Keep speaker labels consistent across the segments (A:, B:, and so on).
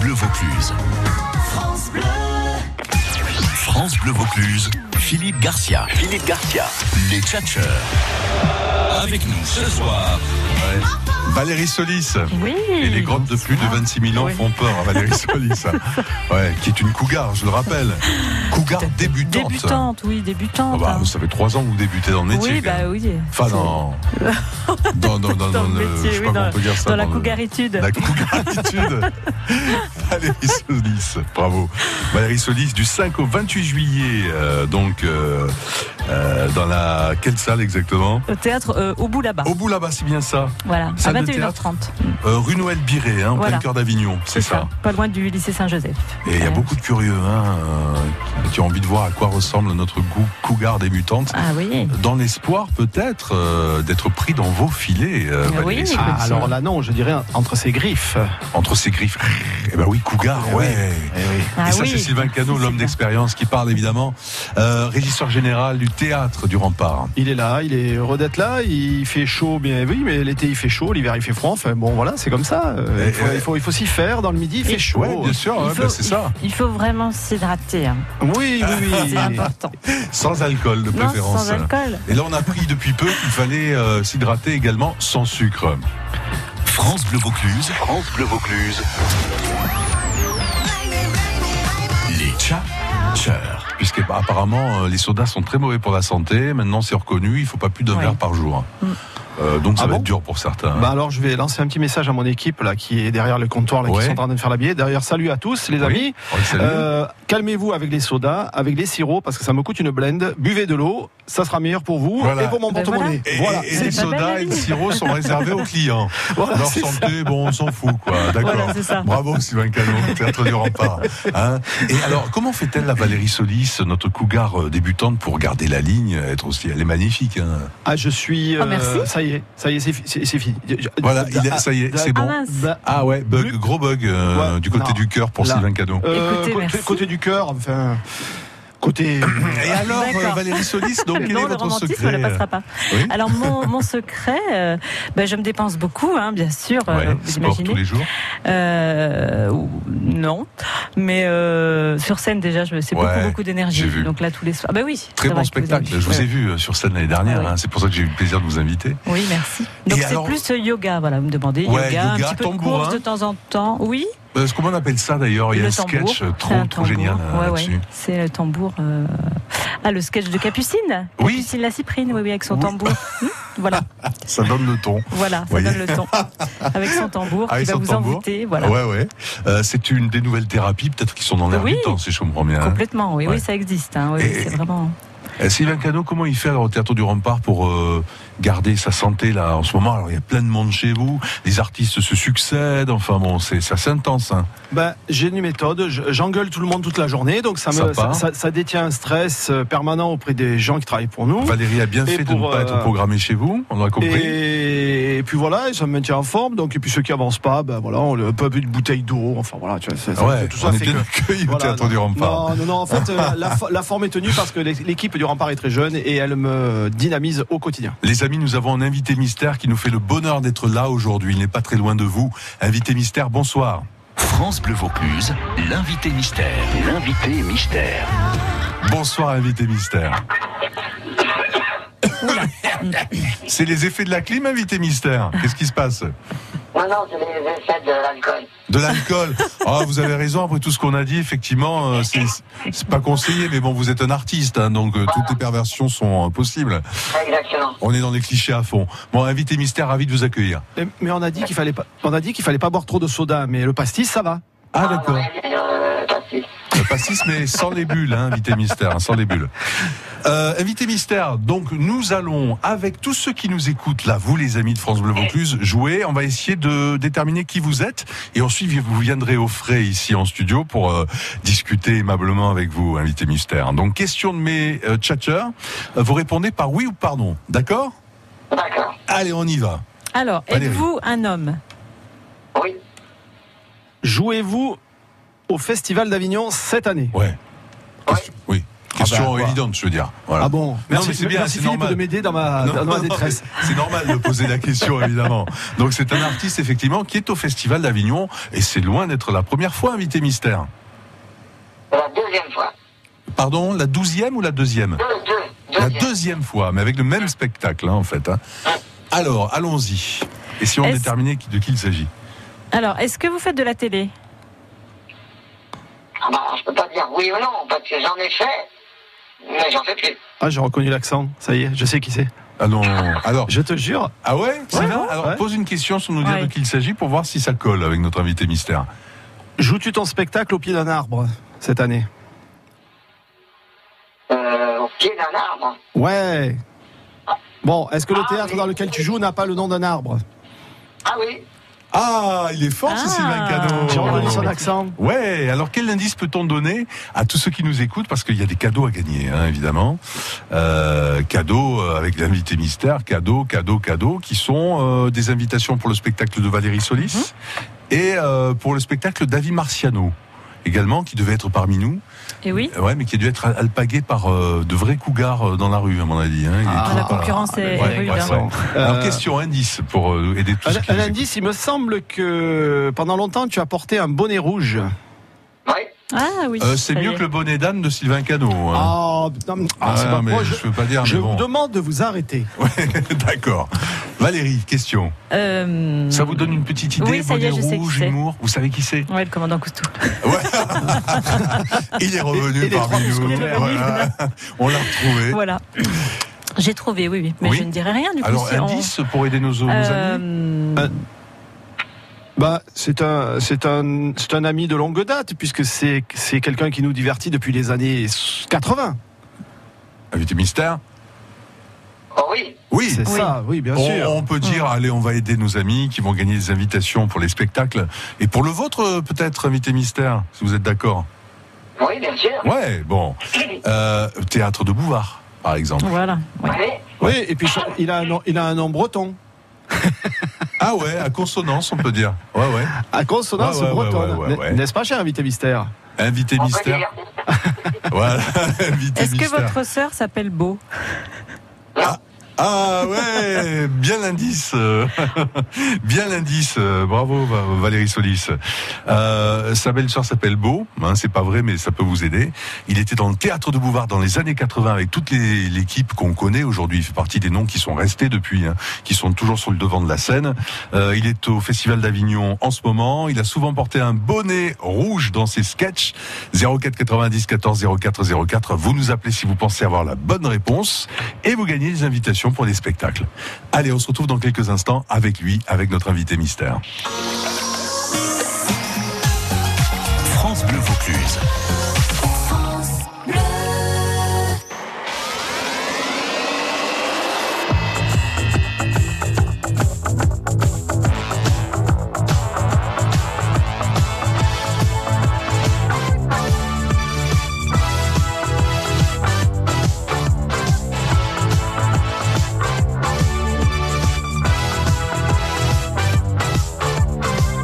A: Bleu Vaucluse. France Bleu. France Bleu Vaucluse, Philippe Garcia. Philippe Garcia. Les Tchatcheurs. Avec nous ce soir.
B: Valérie Solis.
C: Oui. Ah.
B: Et les grottes de plus de 26 000 ans
C: Oui.
B: font peur à Valérie Solis. Ouais, qui est une cougar, je le rappelle. Cougar débutante.
C: Débutante, oui, débutante.
B: Ah bah,
C: hein.
B: ça fait trois ans que vous débutez dans le métier.
C: oui,
B: quand même.
C: bah oui.
B: Enfin, non. Non, non, non,
C: hein. Dans
B: non,
C: le
B: le-
C: métier,
B: euh, je sais pas
C: oui, dans-
B: comment on peut dire ça.
C: Dans la
B: le-
C: cougaritude.
B: La cougaratitude. Valérie Solis, bravo. Valérie Solis, du 5 au 28 juillet, euh, donc, euh, euh, dans la. Quelle salle exactement
C: Au théâtre, euh, au bout là-bas.
B: Au bout là-bas, c'est bien ça
C: Voilà, à
B: salle de
C: 21h30.
B: Euh, Rue Noël Biré, hein, en
C: Voilà.
B: plein cœur d'Avignon, c'est ça.
C: Pas loin du lycée Saint-Joseph.
B: Et il y a
C: Ouais.
B: beaucoup de curieux hein, euh, qui ont envie de voir à quoi ressemble notre goût cougar débutante.
C: Ah oui.
B: Dans l'espoir peut-être euh, d'être pris dans vos filets, euh,
C: Ah
B: Valérie
C: oui.
B: Solis.
C: Ah,
D: Ah, alors là, non, je dirais entre ses griffes.
B: entre ses griffes. Eh ben oui, cougar,
D: Eh
B: ouais.
D: Eh oui.
C: Ah
B: Et ça,
C: oui.
B: c'est Sylvain Cano, l'homme d'expérience, qui parle évidemment, euh, régisseur général du théâtre du Rempart.
D: Il est là, il est heureux d'être là, il fait chaud, bien oui, mais l'été il fait chaud, l'hiver il fait froid, enfin bon voilà, c'est comme ça. Euh,
B: Eh,
D: Il faut,
B: eh.
D: il faut, il faut s'y faire, dans le midi il fait chaud.
B: Ouais, bien sûr,
C: Il
B: ouais,
C: faut-
B: ben, c'est ça.
C: Il faut vraiment s'hydrater. hein.
D: Oui, oui, oui.
C: C'est important.
B: Sans alcool de
C: Non,
B: préférence.
C: sans alcool.
B: Et là, on a appris depuis peu qu'il fallait euh, s'hydrater également sans sucre.
A: France Bleu Vaucluse. France Bleu Vaucluse. Les Tchatcheurs.
B: Puisque bah, apparemment euh, les sodas sont très mauvais pour la santé. Maintenant c'est reconnu, il faut pas plus d'un
C: Ouais.
B: verre par jour.
C: Mm.
B: Euh, donc ça
D: Ah
B: va
D: bon
B: être dur pour certains.
D: Bah alors je vais lancer un petit message à mon équipe là qui est derrière le comptoir là,
B: Ouais.
D: qui sont en train de me faire la billet. D'ailleurs salut à tous les
B: Oui.
D: amis.
B: On le salue.
D: Euh, Calmez-vous avec les sodas, avec les sirops parce que ça me coûte une blende. Buvez de l'eau, ça sera meilleur pour vous
B: Voilà.
D: et pour mon
C: Ben
D: porte-monnaie.
B: Et,
D: Voilà.
B: et
D: c'est-
B: les
C: pas mal,
B: sodas
C: la
B: et le
C: vie.
B: sirop sont réservés aux clients.
D: Voilà,
B: Leur
D: c'est
B: santé, bon, on s'en fout, quoi. D'accord.
C: Voilà, c'est ça.
B: Bravo, Sylvain Canon, Théâtre du Rempart. Hein et alors, comment fait-elle la Valérie Solis, notre cougar euh, débutante, pour garder la ligne Être aussi, elle est magnifique. hein.
D: Ah, je suis. euh,
C: Ah, merci.
D: Ça y est, ça y est, c'est fi- c'est- c'est fini. Je-
B: Voilà,
D: je-
B: il est- ça y est,
D: da-
B: c'est
C: Ah
B: bon.
C: mince.
D: da-
B: Ah ouais, bug,
D: Luc.
B: gros bug euh,
D: Ouais,
B: du côté
D: non.
B: du cœur pour
D: Là.
B: Sylvain Canon.
D: Euh,
C: Écoutez,
D: côté,
C: merci.
D: côté du cœur, enfin. Côté.
B: Et alors,
C: Ah, D'accord.
B: euh, Valérie Solis, donc quel
C: Non,
B: est
C: le
B: votre
C: romantisme
B: secret
C: ne passera pas.
B: Oui.
C: Alors, mon, mon secret, euh, ben, je me dépense beaucoup, hein, bien sûr. euh,
B: Ouais,
C: vous
B: sport tous
C: imaginez.
B: les jours.
C: Euh, ou- non, mais euh, sur scène déjà, je- c'est
B: Ouais,
C: beaucoup beaucoup
B: j'ai
C: d'énergie.
B: vu.
C: Donc là tous les soirs. Bah oui.
B: Très
C: c'est
B: bon
C: vrai que vous avez
B: spectacle.
C: vu.
B: Je vous ai vu euh, sur scène l'année dernière.
C: Ah ouais.
B: hein. C'est pour ça que j'ai eu le plaisir de vous inviter.
C: Oui, merci. Donc
B: Et
C: c'est
B: alors-
C: plus euh, yoga, voilà, vous me demandez
B: Ouais,
C: yoga,
B: yoga,
C: un petit peu de
B: tambourin.
C: course de temps en temps. Oui.
B: Euh, ce- comment on appelle ça d'ailleurs Il y a
C: le
B: un
C: tambour.
B: sketch euh,
C: C'est
B: trop,
C: un
B: trop
C: tambour.
B: génial euh,
C: Ouais,
B: là-dessus.
C: ouais. C'est le tambour. euh, Ah, le sketch de Capucine.
B: Oui.
C: Capucine la Cyprine, oui, oui, avec son
B: Oui.
C: tambour. Hmm voilà,
B: Ça donne le ton.
C: voilà, ça
B: Voyez.
C: donne le ton. Avec son tambour,
B: Ah, Avec
C: qui va
B: son
C: vous
B: tambour.
C: envoûter. Voilà.
B: Ouais, ouais. Euh, c'est une des nouvelles thérapies, peut-être qu'ils sont dans l'air
C: Oui.
B: du temps, si je comprends bien. hein.
C: Complètement, oui,
B: Ouais.
C: oui, ça existe. hein, oui,
B: Et-
C: c'est vraiment.
B: Euh, Sylvain Cano, comment il fait alors, au Théâtre du Rempart pour euh, garder sa santé là en ce moment Alors il y a plein de monde chez vous, les artistes se succèdent, enfin bon, c'est ça c'est intense. Hein.
D: Ben, j'ai une méthode, je- j'engueule tout le monde toute la journée, donc ça, me, ça,
B: Sympa.
D: ça- ça détient un stress euh, permanent auprès des gens qui travaillent pour nous.
B: Valérie a bien
D: Et
B: fait de
D: pour,
B: ne pas
D: euh,
B: être programmée chez vous, on a compris.
D: Et, et puis voilà, et ça me maintient en forme. Donc, et puis ceux qui avancent pas, ben voilà, on le- un peu plus de bouteille d'eau. Enfin voilà, tu vois, ça- ça-
B: ouais,
D: tout ça
B: on est
D: fait
B: bien
D: que-
B: accueillis au
D: Voilà,
B: Théâtre
D: non.
B: du Rempart.
D: Non, non, non, en fait, euh, la, fo- la forme est tenue parce que l'é- l'équipe du Rempart est très jeune et elle me dynamise au quotidien.
B: Les amis, nous avons un invité mystère qui nous fait le bonheur d'être là aujourd'hui. Il n'est pas très loin de vous. Invité mystère, bonsoir.
A: France Bleu Vaucluse, l'invité mystère. L'invité mystère.
B: Bonsoir, invité mystère. C'est les effets de la clim, invité mystère. Qu'est-ce qui se passe
E: Non, non, c'est les effets de l'alcool.
B: De l'alcool. Ah, vous avez raison, après tout ce qu'on a dit, effectivement, euh, c'est c'est pas conseillé, mais bon, vous êtes un artiste, hein, donc euh, toutes les perversions sont euh, possibles.
E: Exactement.
B: On est dans les clichés à fond. Bon, invité mystère, ravi de vous accueillir.
D: Et- Mais on a dit qu'il fallait pas, on a dit qu'il fallait pas boire trop de soda, mais le pastis, ça va.
B: Ah, d'accord.
E: Euh, pas de suite.
B: Euh, Pas six, mais sans les bulles, hein, invité mystère, hein, sans les bulles. Euh, invité mystère, donc nous allons, avec tous ceux qui nous écoutent là, vous les amis de France Bleu Vaucluse, jouer. On va essayer de déterminer qui vous êtes. Et ensuite, vous viendrez au frais ici en studio pour euh, discuter aimablement avec vous, invité mystère. Donc, question de mes euh, tchatcheurs. Euh, Vous répondez par oui ou par non. D'accord
E: D'accord.
B: Allez, on y va.
C: Alors,
B: Valérie.
C: êtes-vous un homme
E: Oui.
D: Jouez-vous au Festival d'Avignon cette année
B: Ouais. Question- oui.
D: Ah
B: question
D: ben, quoi.
B: évidente, je veux dire. Voilà.
D: Ah bon
B: mais
D: Merci,
B: c'est bien,
D: merci
B: c'est
D: Philippe
B: normal.
D: de m'aider dans ma,
B: Non,
D: dans ma
B: non, mais
D: détresse.
B: C'est normal de poser la question, évidemment. Donc, c'est un artiste, effectivement, qui est au Festival d'Avignon, et c'est loin d'être la première fois invité mystère.
E: La deuxième fois.
B: Pardon, la douzième ou la
E: Deux,
B: deuxième
E: deux.
B: La
E: deuxième.
B: deuxième fois, mais avec le même spectacle, hein, en fait. hein. Alors, allons-y. Et si on
C: Est-ce-
B: déterminait qui- de qui il s'agit
C: Alors, est-ce que vous faites de la télé
E: Ah bah, je peux pas dire oui ou non, parce que j'en ai fait, mais j'en fais plus.
D: Ah, j'ai reconnu l'accent, ça y est, je sais qui c'est.
B: Ah non, alors.
D: Je te jure.
B: Ah ouais, Sylvain
D: ouais,
B: Alors,
D: ouais.
B: pose une question sans nous dire
C: Ouais.
B: de qui il s'agit pour voir si ça colle avec notre invité mystère.
D: Joues-tu ton spectacle au pied d'un arbre cette année
E: Euh, au pied d'un arbre.
D: Ouais. Bon, est-ce que le
E: Ah,
D: théâtre
E: oui.
D: dans lequel tu joues n'a pas le nom d'un arbre
E: Ah oui.
B: Ah, il est fort,
C: Ah.
B: ce Sylvain Canon.
D: J'ai reconnu
C: Oh.
D: son accent.
B: Ouais, alors quel indice peut-on donner à tous ceux qui nous écoutent Parce qu'il y a des cadeaux à gagner, hein, évidemment. Euh, cadeaux euh, avec l'invité mystère, cadeaux, cadeaux, cadeaux, qui sont euh, des invitations pour le spectacle de Valérie Solis
D: Mm-hmm.
B: et euh, pour le spectacle d'Avi Marciano également, qui devait être parmi nous,
C: Et Eh oui.
B: Euh, ouais, mais qui a dû être alpagué par euh, de vrais cougars euh, dans la rue, à mon avis. hein. Il est
D: Ah,
B: toujours
D: la
B: pas là.
C: concurrence est- est rude, hein.
B: Alors
D: Euh,
B: question, indice, pour euh, aider tous
D: Un,
B: ceux qui
D: un
B: nous
D: indice, il me semble que pendant longtemps tu as porté un bonnet rouge.
E: Oui.
C: Ah oui.
B: Euh, c'est
C: ça y
B: mieux
C: est.
B: que le bonnet d'âne de Sylvain Cano. hein.
D: Ah, putain, ah,
B: Ah,
D: c'est pas
B: mais
D: moi,
B: je
D: je,
B: ne peux pas dire.
D: je
B: mais bon.
D: vous demande de vous arrêter.
B: Ouais, D'accord. Valérie, question.
C: Euh,
B: Ça vous donne une petite idée
C: Oui, ça y
B: Bonnet
C: est, je sais qui
B: rouge,
C: c'est.
B: humour Vous savez qui c'est
C: Ouais, le commandant Cousteau.
B: Il est
D: Et-
B: revenu
D: et les trois
B: parmi nous.
D: mousquetaires.
B: Voilà. On l'a retrouvé.
C: Voilà. J'ai trouvé, oui, oui. Mais
B: Oui.
C: je ne dirai rien du coup.
B: Alors,
C: si on-
B: indice pour aider nos, nos amis
F: hmm.
C: Euh,
D: Euh, Bah, c'est un, c'est un, c'est un ami de longue date puisque c'est, c'est quelqu'un qui nous divertit depuis les années 80.
B: Invité Ah, mystère
E: Oh oui.
B: Oui
D: C'est
C: Oui.
D: ça, oui, bien
B: on,
D: sûr.
B: on peut dire, allez, on va aider nos amis qui vont gagner des invitations pour les spectacles. Et pour le vôtre, euh, peut-être, invité mystère, si vous êtes d'accord.
E: Oui, bien sûr.
B: Ouais, bon.
E: Oui.
B: Euh, théâtre de Bouvard, par exemple.
C: Voilà. ouais.
D: Oui, et puis il a un nom, il a un nom breton.
B: Ah ouais, à consonance, on peut dire. Ouais, ouais.
D: À consonance
B: Ouais, ouais, ouais,
D: bretonne.
B: ouais, ouais, ouais.
D: N'est-ce pas, cher invité mystère
B: Invité
E: On peut
B: mystère.
E: dire.
B: Voilà, invité
C: Est-ce que
B: mystère.
C: votre sœur s'appelle Beau
B: Ah ouais, bien l'indice, euh, bien l'indice. euh, Bravo Va- Valérie Solis. Euh, sa belle-sœur s'appelle Beau. Hein, c'est pas vrai, mais ça peut vous aider. Il était dans le théâtre de Bouvard dans les années 80 avec toute les- l'équipe qu'on connaît aujourd'hui. Il fait partie des noms qui sont restés depuis, hein, qui sont toujours sur le devant de la scène. Euh, il est au Festival d'Avignon en ce moment. Il a souvent porté un bonnet rouge dans ses sketchs. 04 90 14 04 04. Vous nous appelez si vous pensez avoir la bonne réponse et vous gagnez des invitations pour des spectacles. Allez, on se retrouve dans quelques instants avec lui, avec notre invité mystère.
A: France Bleu Vaucluse.
G: Thank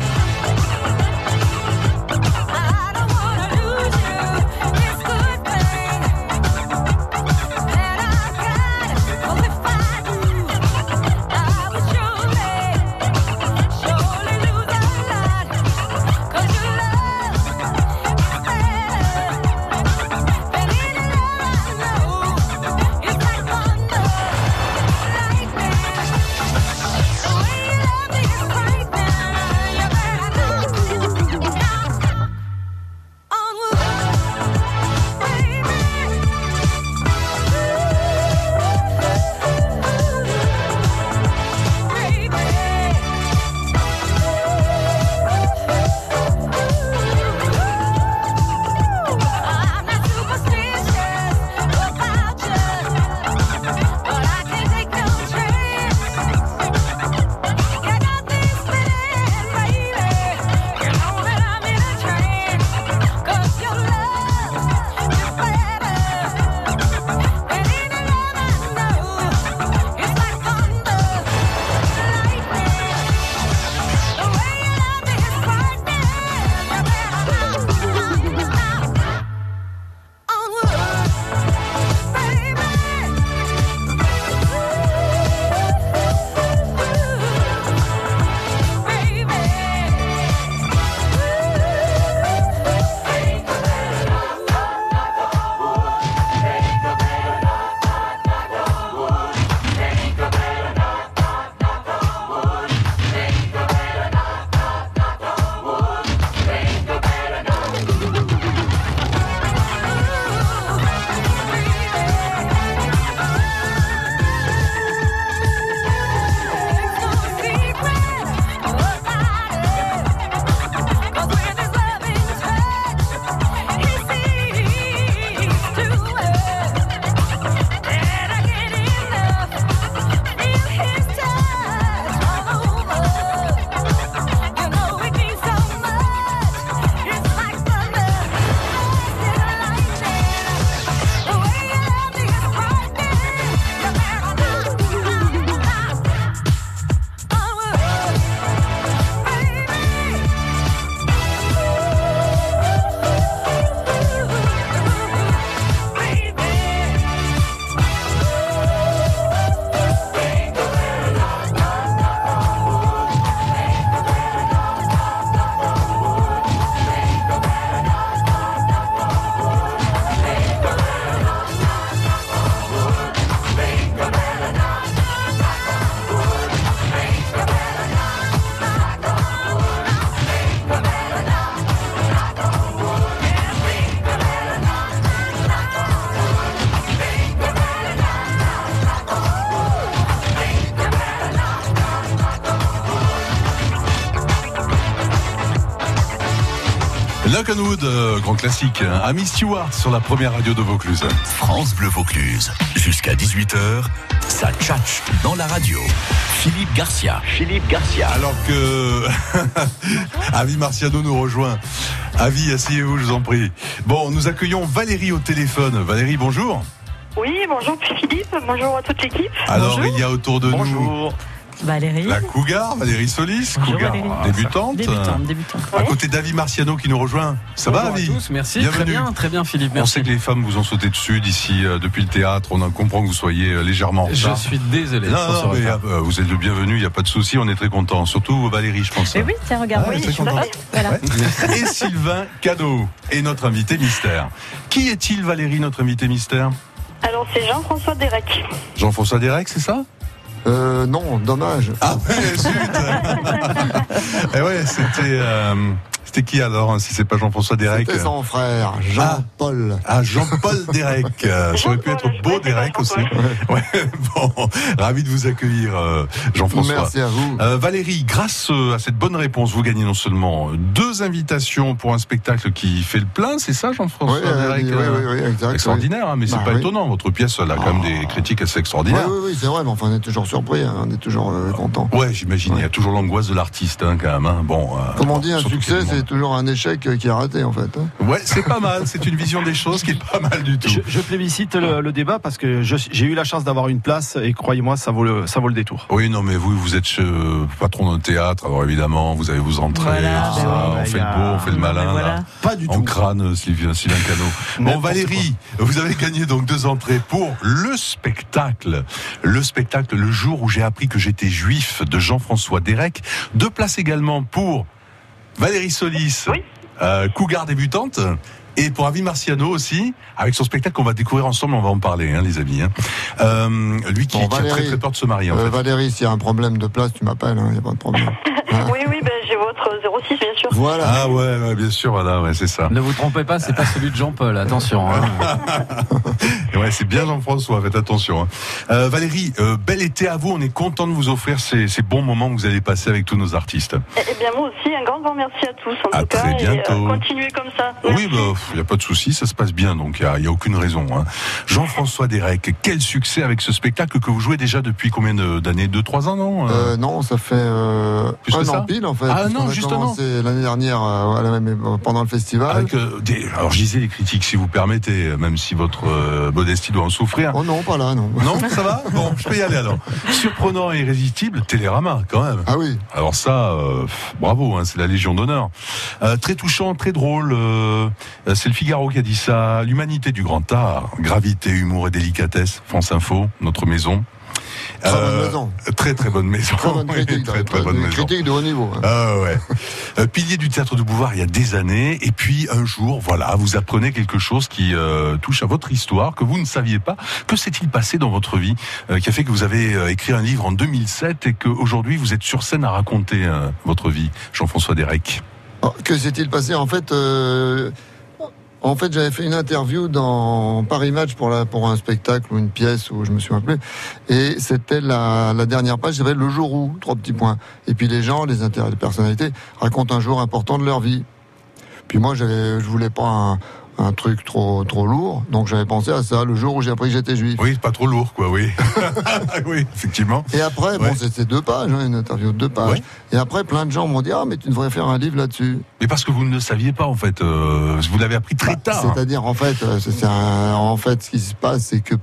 B: Lock and Wood, euh, grand classique. hein. Amy Stewart sur la première radio de Vaucluse.
A: France Bleu Vaucluse. Jusqu'à 18h, ça tchatche dans la radio. Philippe Garcia. Philippe Garcia.
B: Alors que Avi Marciano nous rejoint. Avi, asseyez-vous, je vous en prie. Bon, nous accueillons Valérie au téléphone. Valérie, bonjour.
G: Oui, bonjour Philippe, bonjour à toute l'équipe.
B: Alors, il y a autour de nous
D: Bonjour.
C: Valérie.
B: la Cougar, Valérie Solis,
C: Bonjour,
B: Cougar
C: Valérie.
B: débutante.
C: Débutante, débutante.
B: À côté d'Avi Marciano qui nous rejoint. Ça va,
F: Bonjour à
B: Avi
F: tous, merci. Très
B: Bienvenue.
F: bien, très bien, Philippe.
B: On
F: Merci.
B: sait que les femmes vous ont sauté dessus d'ici, euh, depuis le théâtre. On en comprend que vous soyez euh, légèrement en
F: Je
B: retard.
F: suis désolé.
B: Non,
F: pour ce
B: non, mais,
F: retard.
B: euh, vous êtes le bienvenu, il n'y a pas de souci, on est très content. Surtout Valérie, je pense.
F: Eh
C: Mais Eh oui, tiens, regarde.
B: Ah,
C: oui,
B: très
C: je-
B: content.
C: voilà.
B: Ouais. Et Sylvain Cadeau est notre invité mystère. Qui est-il Valérie, notre invité mystère
G: Alors c'est Jean-François Derek.
B: Jean-François Derek, c'est ça
H: Euh, non, dommage.
B: Ah ouais, zut Eh ouais, c'était... euh, c'était qui alors, hein, si c'est pas Jean-François Derek
H: C'était son frère, Jean-Paul.
B: euh, Ah, Jean-Paul Derek. Euh, J'aurais pu être
G: Jean-Paul,
B: beau
G: ouais, c'est
B: Derek
G: pas
B: aussi.
G: Jean-Paul.
B: Ouais, bon, ravi de vous accueillir, euh, Jean-François.
H: Merci à vous.
B: Euh, Valérie, grâce euh, à cette bonne réponse, vous gagnez non seulement euh, deux invitations pour un spectacle qui fait le plein, c'est ça Jean-François
H: Oui, euh,
B: Derek,
H: oui,
B: euh,
H: oui, oui, exact, oui.
B: Extraordinaire, hein, mais c'est
H: Bah
B: pas
H: oui.
B: étonnant. Votre pièce, elle a quand même
H: Ah.
B: des critiques assez
H: Oui,
B: extraordinaires.
H: oui, oui, c'est vrai, mais enfin, on est toujours surpris, hein, on est toujours euh, content.
B: Ouais, j'imagine. Il y a toujours l'angoisse de l'artiste, hein, quand même. hein. Bon. euh,
H: Comme on dit, un
B: surtout
H: succès,
B: qu'il y
H: c'est
B: a
H: toujours un échec euh, qui est raté, en fait. hein.
B: du monde. Ouais, c'est pas mal. C'est une vision des choses qui est pas mal du tout.
D: Je, je plébiscite le, le débat parce que je- j'ai eu la chance d'avoir une place et croyez-moi, ça vaut le, ça vaut le détour.
B: Oui, non, mais vous, vous êtes euh, patron d'un théâtre, alors évidemment, vous avez vos entrées,
C: Voilà,
B: tout ça,
C: ben oui.
B: on fait le beau, on fait le malin,
C: Mais
B: là.
C: voilà.
D: Pas du
B: On crâne Sylvain, Sylvain Cano. Bon
D: N'importe
B: Valérie, vous avez gagné donc deux entrées pour le spectacle. Le spectacle Le jour où j'ai appris que j'étais juif de Jean-François Derek. Deux places également pour Valérie Solis,
G: Oui.
B: euh, Cougar débutante. Et pour Avi Marciano aussi, avec son spectacle qu'on va découvrir ensemble, on va en parler, hein, les amis. hein. Euh, lui qui,
H: Bon,
B: qui a très
H: Valérie,
B: très peur de se marier, en
H: Euh,
B: fait.
H: Valérie, s'il y a un problème de place, tu m'appelles, il n'y a pas de problème. Hein
G: Oui, oui, ben, j'ai votre 06 bien sûr.
H: voilà.
B: Ah ouais, ouais, bien sûr, voilà, ouais, c'est ça.
F: Ne vous trompez pas, c'est pas celui de Jean-Paul, attention. hein.
B: Et Ouais, c'est bien Jean-François, faites attention. hein. Euh, Valérie, euh, bel été à vous, on est content de vous offrir ces, ces bons moments que vous allez passer avec tous nos artistes.
G: Eh eh bien moi aussi, un grand grand merci à tous en
B: À
G: tout cas.
B: très
G: et, euh,
B: bientôt.
G: continuez comme ça.
B: Oui, il n'y a pas de souci, ça se passe bien, donc il n'y a, aucune raison. hein. Jean-François Derek, quel succès avec ce spectacle que vous jouez déjà depuis combien de- d'années Deux, trois ans, non hein?
H: Euh, non, ça fait euh,
B: Plus que
H: un
B: ça
H: an pile, en fait.
B: Ah
H: puisqu'on
B: non,
H: a
B: justement.
H: commencé l'année dernière, euh, à la même- pendant le festival.
B: Avec, euh, des- alors je disais les critiques, si vous permettez, euh, même si votre euh, modestie doit en souffrir.
H: Oh non, pas là, non.
B: Non, ça va Bon, je peux y aller alors. Surprenant et irrésistible, Télérama quand même.
H: Ah oui,
B: Alors ça, euh, pff, bravo, hein, c'est la Légion d'honneur. Euh, très touchant, très drôle. euh, euh, c'est le Figaro qui a dit ça. L'humanité du grand art, gravité, humour et délicatesse. France Info, notre maison.
H: Très bonne maison.
B: Euh, Très très bonne maison.
H: très bonne
B: Oui,
H: critique.
B: très, très
H: une
B: bonne maison.
H: critique de haut niveau. hein.
B: Ah ouais. Euh, pilier du théâtre de Bouvard il y a des années, et puis un jour, voilà, vous apprenez quelque chose qui euh, touche à votre histoire, que vous ne saviez pas. Que s'est-il passé dans votre vie euh, qui a fait que vous avez euh, écrit un livre en 2007 et qu'aujourd'hui vous êtes sur scène à raconter euh, votre vie, Jean-François Derek
H: Alors, que s'est-il passé En fait, euh, en fait, j'avais fait une interview dans Paris Match pour, la, pour un spectacle ou une pièce où je me suis appelé, et c'était la, la dernière page. J'avais le jour où trois petits points. Et puis les gens, les, inter- les personnalités racontent un jour important de leur vie. Puis moi, j'avais- je voulais pas un, un truc trop trop lourd, donc j'avais pensé à ça le jour où j'ai appris que j'étais juif.
B: Oui, pas trop lourd, quoi, oui. oui, effectivement.
H: Et après,
B: Ouais.
H: bon, c'était deux pages, hein, une interview de deux pages.
B: Ouais.
H: Et après, plein de gens m'ont dit ah mais tu devrais faire un livre là-dessus.
B: Mais parce que vous ne le saviez pas, en fait. euh, vous l'avez appris très
H: Bah,
B: tard.
H: C'est-à-dire, en fait, euh, c'est c'est un- en fait, ce qui se passe, c'est que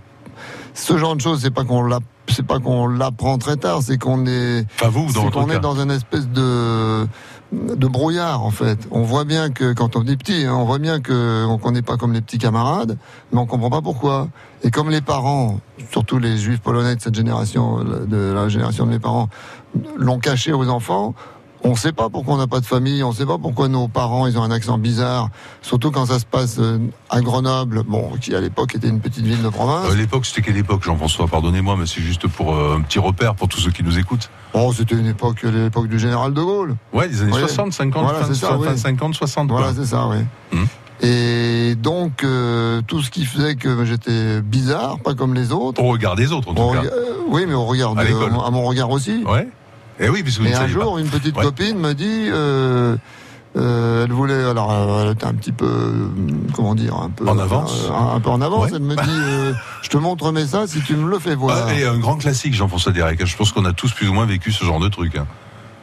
H: ce genre de choses, c'est pas qu'on l'app- c'est pas qu'on l'apprend très tard, c'est qu'on est,
B: Enfin, vous, dans
H: c'est qu'on
B: votre
H: est
B: cas.
H: dans une espèce de de brouillard en fait. On voit bien que quand on est petit, hein, on voit bien que on- qu'on n'est pas comme les petits camarades, mais on comprend pas pourquoi. Et comme les parents, surtout les juifs polonais de cette génération, euh, de la génération de mes parents, l'ont caché aux enfants. On sait pas pourquoi on n'a pas de famille, on sait pas pourquoi nos parents ils ont un accent bizarre, surtout quand ça se passe euh, à Grenoble, bon, qui à l'époque était une petite ville de province.
B: Euh, L'époque, c'était quelle époque, Jean-François Pardonnez-moi, mais c'est juste pour euh, un petit repère pour tous ceux qui nous écoutent.
H: Bon, Oh, c'était une époque, l'époque du général de Gaulle.
B: Ouais, les années
H: Ouais.
B: 60, 50,
H: Voilà,
B: fin,
H: c'est ça,
B: fin
H: oui.
B: 50, 60. quoi.
H: Voilà, c'est ça, oui.
B: Hmm.
H: Et donc, euh, tout ce qui faisait que j'étais bizarre, pas comme les autres.
B: Au regard des autres, en tout
H: Au
B: cas.
H: rega- euh, oui, mais on regarde,
B: À l'école.
H: à mon regard aussi.
B: Ouais. Et oui, parce que vous
H: Et
B: ne
H: un
B: saviez
H: jour, une petite
B: Ouais.
H: copine me dit euh, Euh, elle voulait, alors euh, elle était un petit peu, euh, comment dire, un peu
B: En avance.
H: euh, un, un peu en avance.
B: Ouais.
H: Elle me dit, euh, je te montre mes seins si tu me le fais voir.
B: Ah, Et un grand classique, Jean-François Derek. Je pense qu'on a tous plus ou moins vécu ce genre de truc. hein.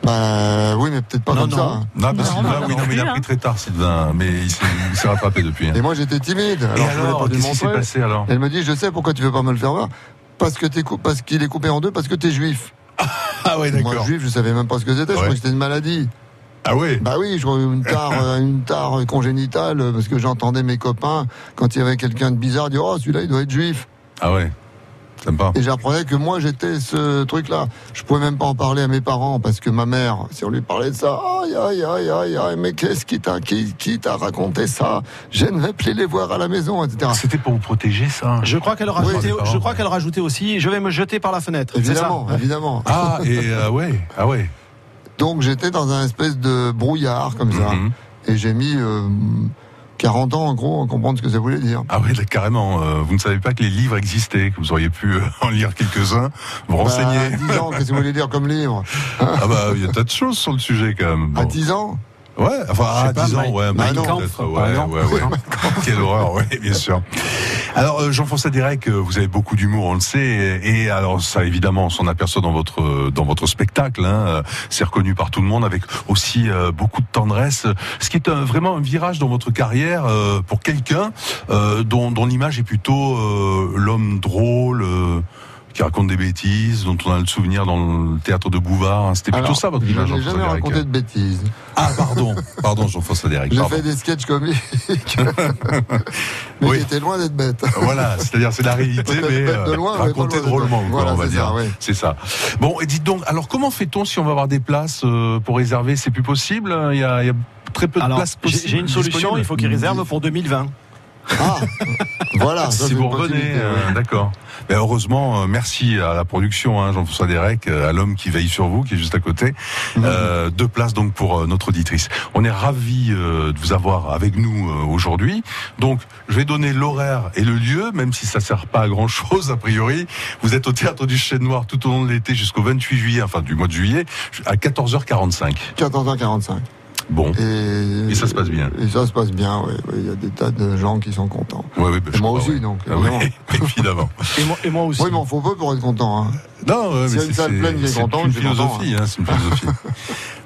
H: Bah, oui, mais peut-être pas
D: Non,
H: comme
D: non.
H: ça. hein.
B: Non, parce
C: Non,
B: que
C: non,
B: là,
C: non,
B: oui, non,
C: non
B: mais il a
C: plus,
B: pris
C: hein.
B: très tard, Sylvain. Mais il s'est il s'est rattrapé depuis. hein.
H: Et moi, j'étais timide. Alors,
B: Et
H: je voulais pas
B: alors,
H: lui
B: qu'est-ce qui s'est
H: montrer.
B: passé alors
H: Elle me dit, je sais pourquoi tu veux pas me le faire voir. Parce que t'es cou- parce qu'il est coupé en deux, parce que t'es juif.
B: Ah ouais,
H: Moi, juif, je savais même pas ce que c'était. Je
B: Ouais.
H: croyais que c'était une maladie.
B: Ah ouais
H: Bah oui, je crois une tare, euh, une tare congénitale, euh, parce que j'entendais mes copains quand il y avait quelqu'un de bizarre dire, oh, celui-là, il doit être juif.
B: Ah ouais. Sympa.
H: Et j'apprenais que moi j'étais ce truc-là. Je pouvais même pas en parler à mes parents parce que ma mère, si on lui parlait de ça, aïe aïe aïe aïe aïe, mais qu'est-ce qui t'a qui, qui t'a raconté ça Je ne vais plus les voir à la maison, etc.
B: C'était pour vous protéger, ça
D: Je crois qu'elle
B: Oui,
D: rajoutait,
B: d'accord.
D: je crois qu'elle rajoutait aussi, je vais me jeter par la fenêtre. C'est ça hein.
H: Évidemment, évidemment.
B: Ah, et
D: euh,
B: ah ouais, ah ouais.
H: Donc j'étais dans un espèce de brouillard comme ça,
B: Mhm.
H: et j'ai mis euh, 40 ans en gros à comprendre ce que ça voulait dire.
B: Ah ouais, là, carrément. euh, vous ne savez pas que les livres existaient, que vous auriez pu euh, en lire quelques-uns, vous renseigner.
H: Bah, à 10 ans, qu'est-ce que ça voulait dire comme livre
B: Ah bah, il y a tas de choses sur le sujet, quand même.
H: À
B: Bon.
H: 10 ans
B: Ouais, enfin,
D: Je sais
B: à
D: pas,
B: 10 ans,
D: Mike-
B: ouais, Mike
H: Mike
B: Camp,
D: Camp, par
B: ouais,
D: exemple.
B: ouais, ouais. Quelle horreur, oui, bien sûr. Alors, euh, Jean-François Derek, euh, vous avez beaucoup d'humour, on le sait, et et alors ça, évidemment, on s'en aperçoit dans votre euh, dans votre spectacle, hein, euh, c'est reconnu par tout le monde, avec aussi euh, beaucoup de tendresse, ce qui est un- vraiment un virage dans votre carrière euh, pour quelqu'un euh, dont, dont l'image est plutôt euh, l'homme drôle. euh, qui raconte des bêtises, dont on a le souvenir dans le théâtre de Bouvard. hein. C'était plutôt
H: Alors,
B: ça votre
H: Je
B: image,
H: n'ai
B: Jean-François
H: jamais
B: Derek.
H: raconté de bêtises.
B: Ah, pardon, pardon, Jean-François Derek.
H: J'ai
B: pardon.
H: fait des sketchs comiques, mais
B: Oui.
H: j'étais loin d'être bête.
B: Voilà, c'est-à-dire c'est la réalité,
H: Peut-être
B: mais
H: bête de
B: euh,
H: loin, mais pas
B: racontée
H: loin de
B: drôlement,
H: loin.
B: quoi,
H: Voilà,
B: on va
H: c'est
B: dire.
H: ça, oui.
B: C'est ça. Bon, et dites donc, alors comment fait-on si on va avoir des places euh, pour réserver C'est plus possible Il y, a, il y a très peu de
D: Alors,
B: places
D: j'ai
B: possibles.
D: j'ai une solution,
B: disponibles
D: il faut qu'ils réservent pour 2020.
H: Ah, voilà. ça, c'est
B: Si vous
H: une
B: revenez,
H: possibilité,
B: euh,
H: oui.
B: d'accord. Mais heureusement, euh, merci à la production, hein, Jean-François Derek, euh, à l'homme qui veille sur vous, qui est juste à côté. Euh, deux places donc pour euh, notre auditrice. On est ravis euh, de vous avoir avec nous euh, aujourd'hui. Donc, je vais donner l'horaire et le lieu, même si ça sert pas à grand chose a priori. Vous êtes au théâtre du Chêne Noir tout au long de l'été jusqu'au 28 juillet, enfin du mois de juillet, à 14h45.
H: 14h45.
B: Bon.
H: Et,
B: Et ça se passe bien.
H: Et ça se passe bien, oui. oui, Il y a des tas de gens qui sont contents.
B: Ouais, ouais, bah,
H: Et
B: je
H: moi
B: crois,
H: aussi,
B: ouais.
H: donc.
B: Ah
H: évidemment.
B: oui, évidemment.
D: Et moi, et moi aussi.
H: Oui, mais il faut peu pour être content. hein.
B: Non, Ah ouais,
H: S'il
B: mais
H: y a une
B: c'est
H: salle
B: c'est-
H: pleine, il est
B: c'est
H: content,
B: une
H: il est content,
B: philosophie, hein, c'est une philosophie.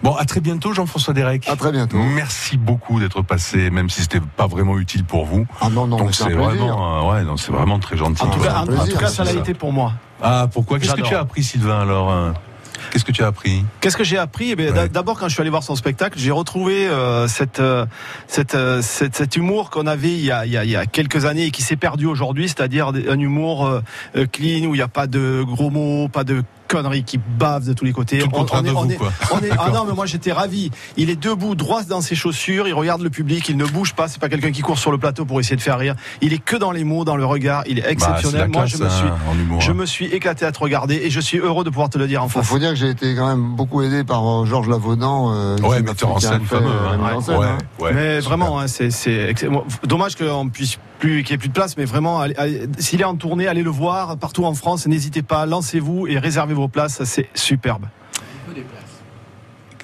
B: bon, à très bientôt, Jean-François Derek.
H: À très bientôt.
B: Merci beaucoup d'être passé, même si c'était pas vraiment utile pour vous.
H: Ah non, non, mais
B: Donc
H: c'est un
B: c'est
H: plaisir.
B: vraiment, euh, ouais, non, c'est vraiment très gentil.
D: En tout cas,
H: Ah,
D: en-
H: plaisir,
D: en tout cas,
H: c'est
D: ça l'a
H: ça.
D: été pour moi.
B: Ah, pourquoi Qu'est-ce que
D: J'adore.
B: tu as appris, Sylvain Alors, hein qu'est-ce que tu as appris
D: Qu'est-ce que j'ai appris Eh bien,
B: Ouais.
D: d'a- D'abord, quand je suis allé voir son spectacle, j'ai retrouvé euh, cette, euh, cette, euh, cette- cet humour qu'on avait il y, a, il, y a, il y a quelques années et qui s'est perdu aujourd'hui, c'est-à-dire des- un humour euh, euh, clean où il n'y a pas de gros mots, pas de conneries qui bavent de tous les côtés.
B: Tout le contraire
D: est-
B: de vous,
D: est-
B: quoi.
D: on est- ah non, mais moi j'étais ravi. Il est debout, droit dans ses chaussures, il regarde le public, il ne bouge pas. C'est pas quelqu'un qui court sur le plateau pour essayer de faire rire. Il est que dans les mots, dans le regard. Il est exceptionnel. moi,
B: Bah,
D: je
B: c'est la
D: me
B: classe,
D: suis,
B: hein, en humour.
D: je
B: hein.
D: me suis éclaté à te regarder et je suis heureux de pouvoir te le dire en
H: Faut,
D: face.
H: faut dire que j'ai été quand même beaucoup aidé par euh, Georges Lavaudan. euh,
B: Ouais,
H: qui m'a-
B: metteur en
H: qui a
B: scène
H: fait,
B: fameux.
H: euh,
B: hein.
H: la mise en scène,
B: Ouais,
H: hein.
B: ouais,
D: mais
B: super.
D: vraiment, hein, c'est c'est ex- bon, f- dommage qu'on puisse plus qu'il n'y ait plus de place, mais vraiment, allez- allez- s'il est en tournée, allez le voir partout en France. N'hésitez pas, lancez-vous et réservez vos places, c'est superbe.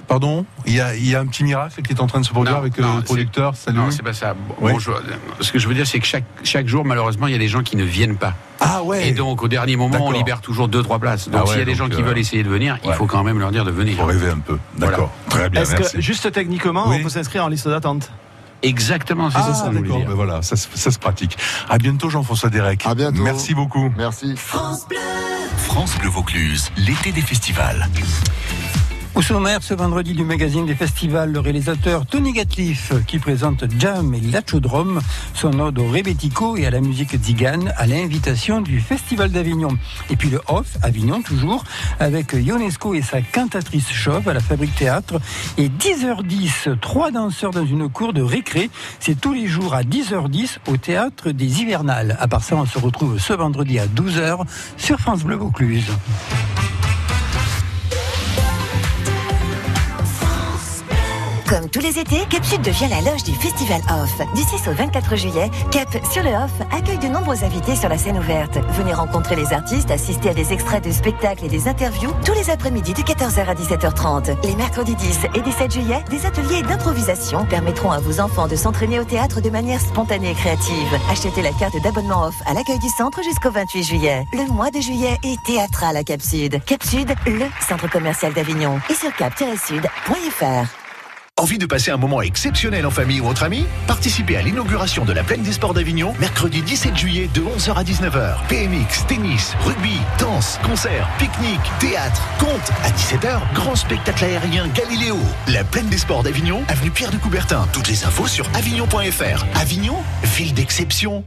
B: Pardon il y, a, il y a un petit miracle qui est en train de se produire
I: Non,
B: avec
I: non,
B: euh, le
I: c'est-
B: producteur. Salut.
I: Non, c'est pas ça. Bon,
B: Oui.
I: bonjour. Ce que je veux dire, c'est que chaque, chaque jour, malheureusement, il y a des gens qui ne viennent pas.
B: ah ouais.
I: Et donc, au dernier moment,
B: D'accord.
I: on libère toujours deux, trois places. Donc,
B: Ah ouais,
I: s'il y a des
B: donc,
I: gens qui
B: euh,
I: veulent essayer de venir, il
B: ouais.
I: faut quand même leur dire de venir.
B: Faut rêver un peu. D'accord. Très bien.
D: Est-ce
B: Merci.
D: que, juste techniquement,
B: Oui.
D: on peut s'inscrire en liste d'attente
I: Exactement, c'est
B: Ah,
I: ça, ça que je voulais
B: d'accord.
I: dire.
B: Ben voilà, ça, se- ça se pratique. À bientôt, Jean-François Derek.
H: À bientôt.
B: Merci beaucoup.
H: Merci.
A: France Bleu Vaucluse, l'été des festivals.
J: Au sommaire, ce vendredi du magazine des festivals, le réalisateur Tony Gatliff qui présente Jam et Lachodrome, son ode au rébético et à la musique zigane à l'invitation du Festival d'Avignon. Et puis le Off, Avignon toujours, avec Ionesco et sa cantatrice chauve à la Fabrique Théâtre. Et 10h10, trois danseurs dans une cour de récré. C'est tous les jours à 10h10 au Théâtre des Hivernales. À part ça, on se retrouve ce vendredi à 12h sur France Bleu Vaucluse.
K: Comme tous les étés, Cap Sud devient la loge du Festival Off. Du 6 au 24 juillet, Cap sur le Off accueille de nombreux invités sur la scène ouverte. Venez rencontrer les artistes, assister à des extraits de spectacles et des interviews tous les après-midi de 14h à 17h30. Les mercredis 10 et 17 juillet, des ateliers d'improvisation permettront à vos enfants de s'entraîner au théâtre de manière spontanée et créative. Achetez la carte d'abonnement off à l'accueil du centre jusqu'au 28 juillet. Le mois de juillet est théâtral à Cap Sud. Cap Sud, le centre commercial d'Avignon. Et sur cap-sud.fr.
L: Envie de passer un moment exceptionnel en famille ou entre amis Participez à l'inauguration de la Plaine des Sports d'Avignon, mercredi 17 juillet de 11h à 19h. PMX, tennis, rugby, danse, concert, pique-nique, théâtre, conte. À 17h, grand spectacle aérien Galiléo. La Plaine des Sports d'Avignon, avenue Pierre de Coubertin. Toutes les infos sur avignon.fr. Avignon, ville d'exception.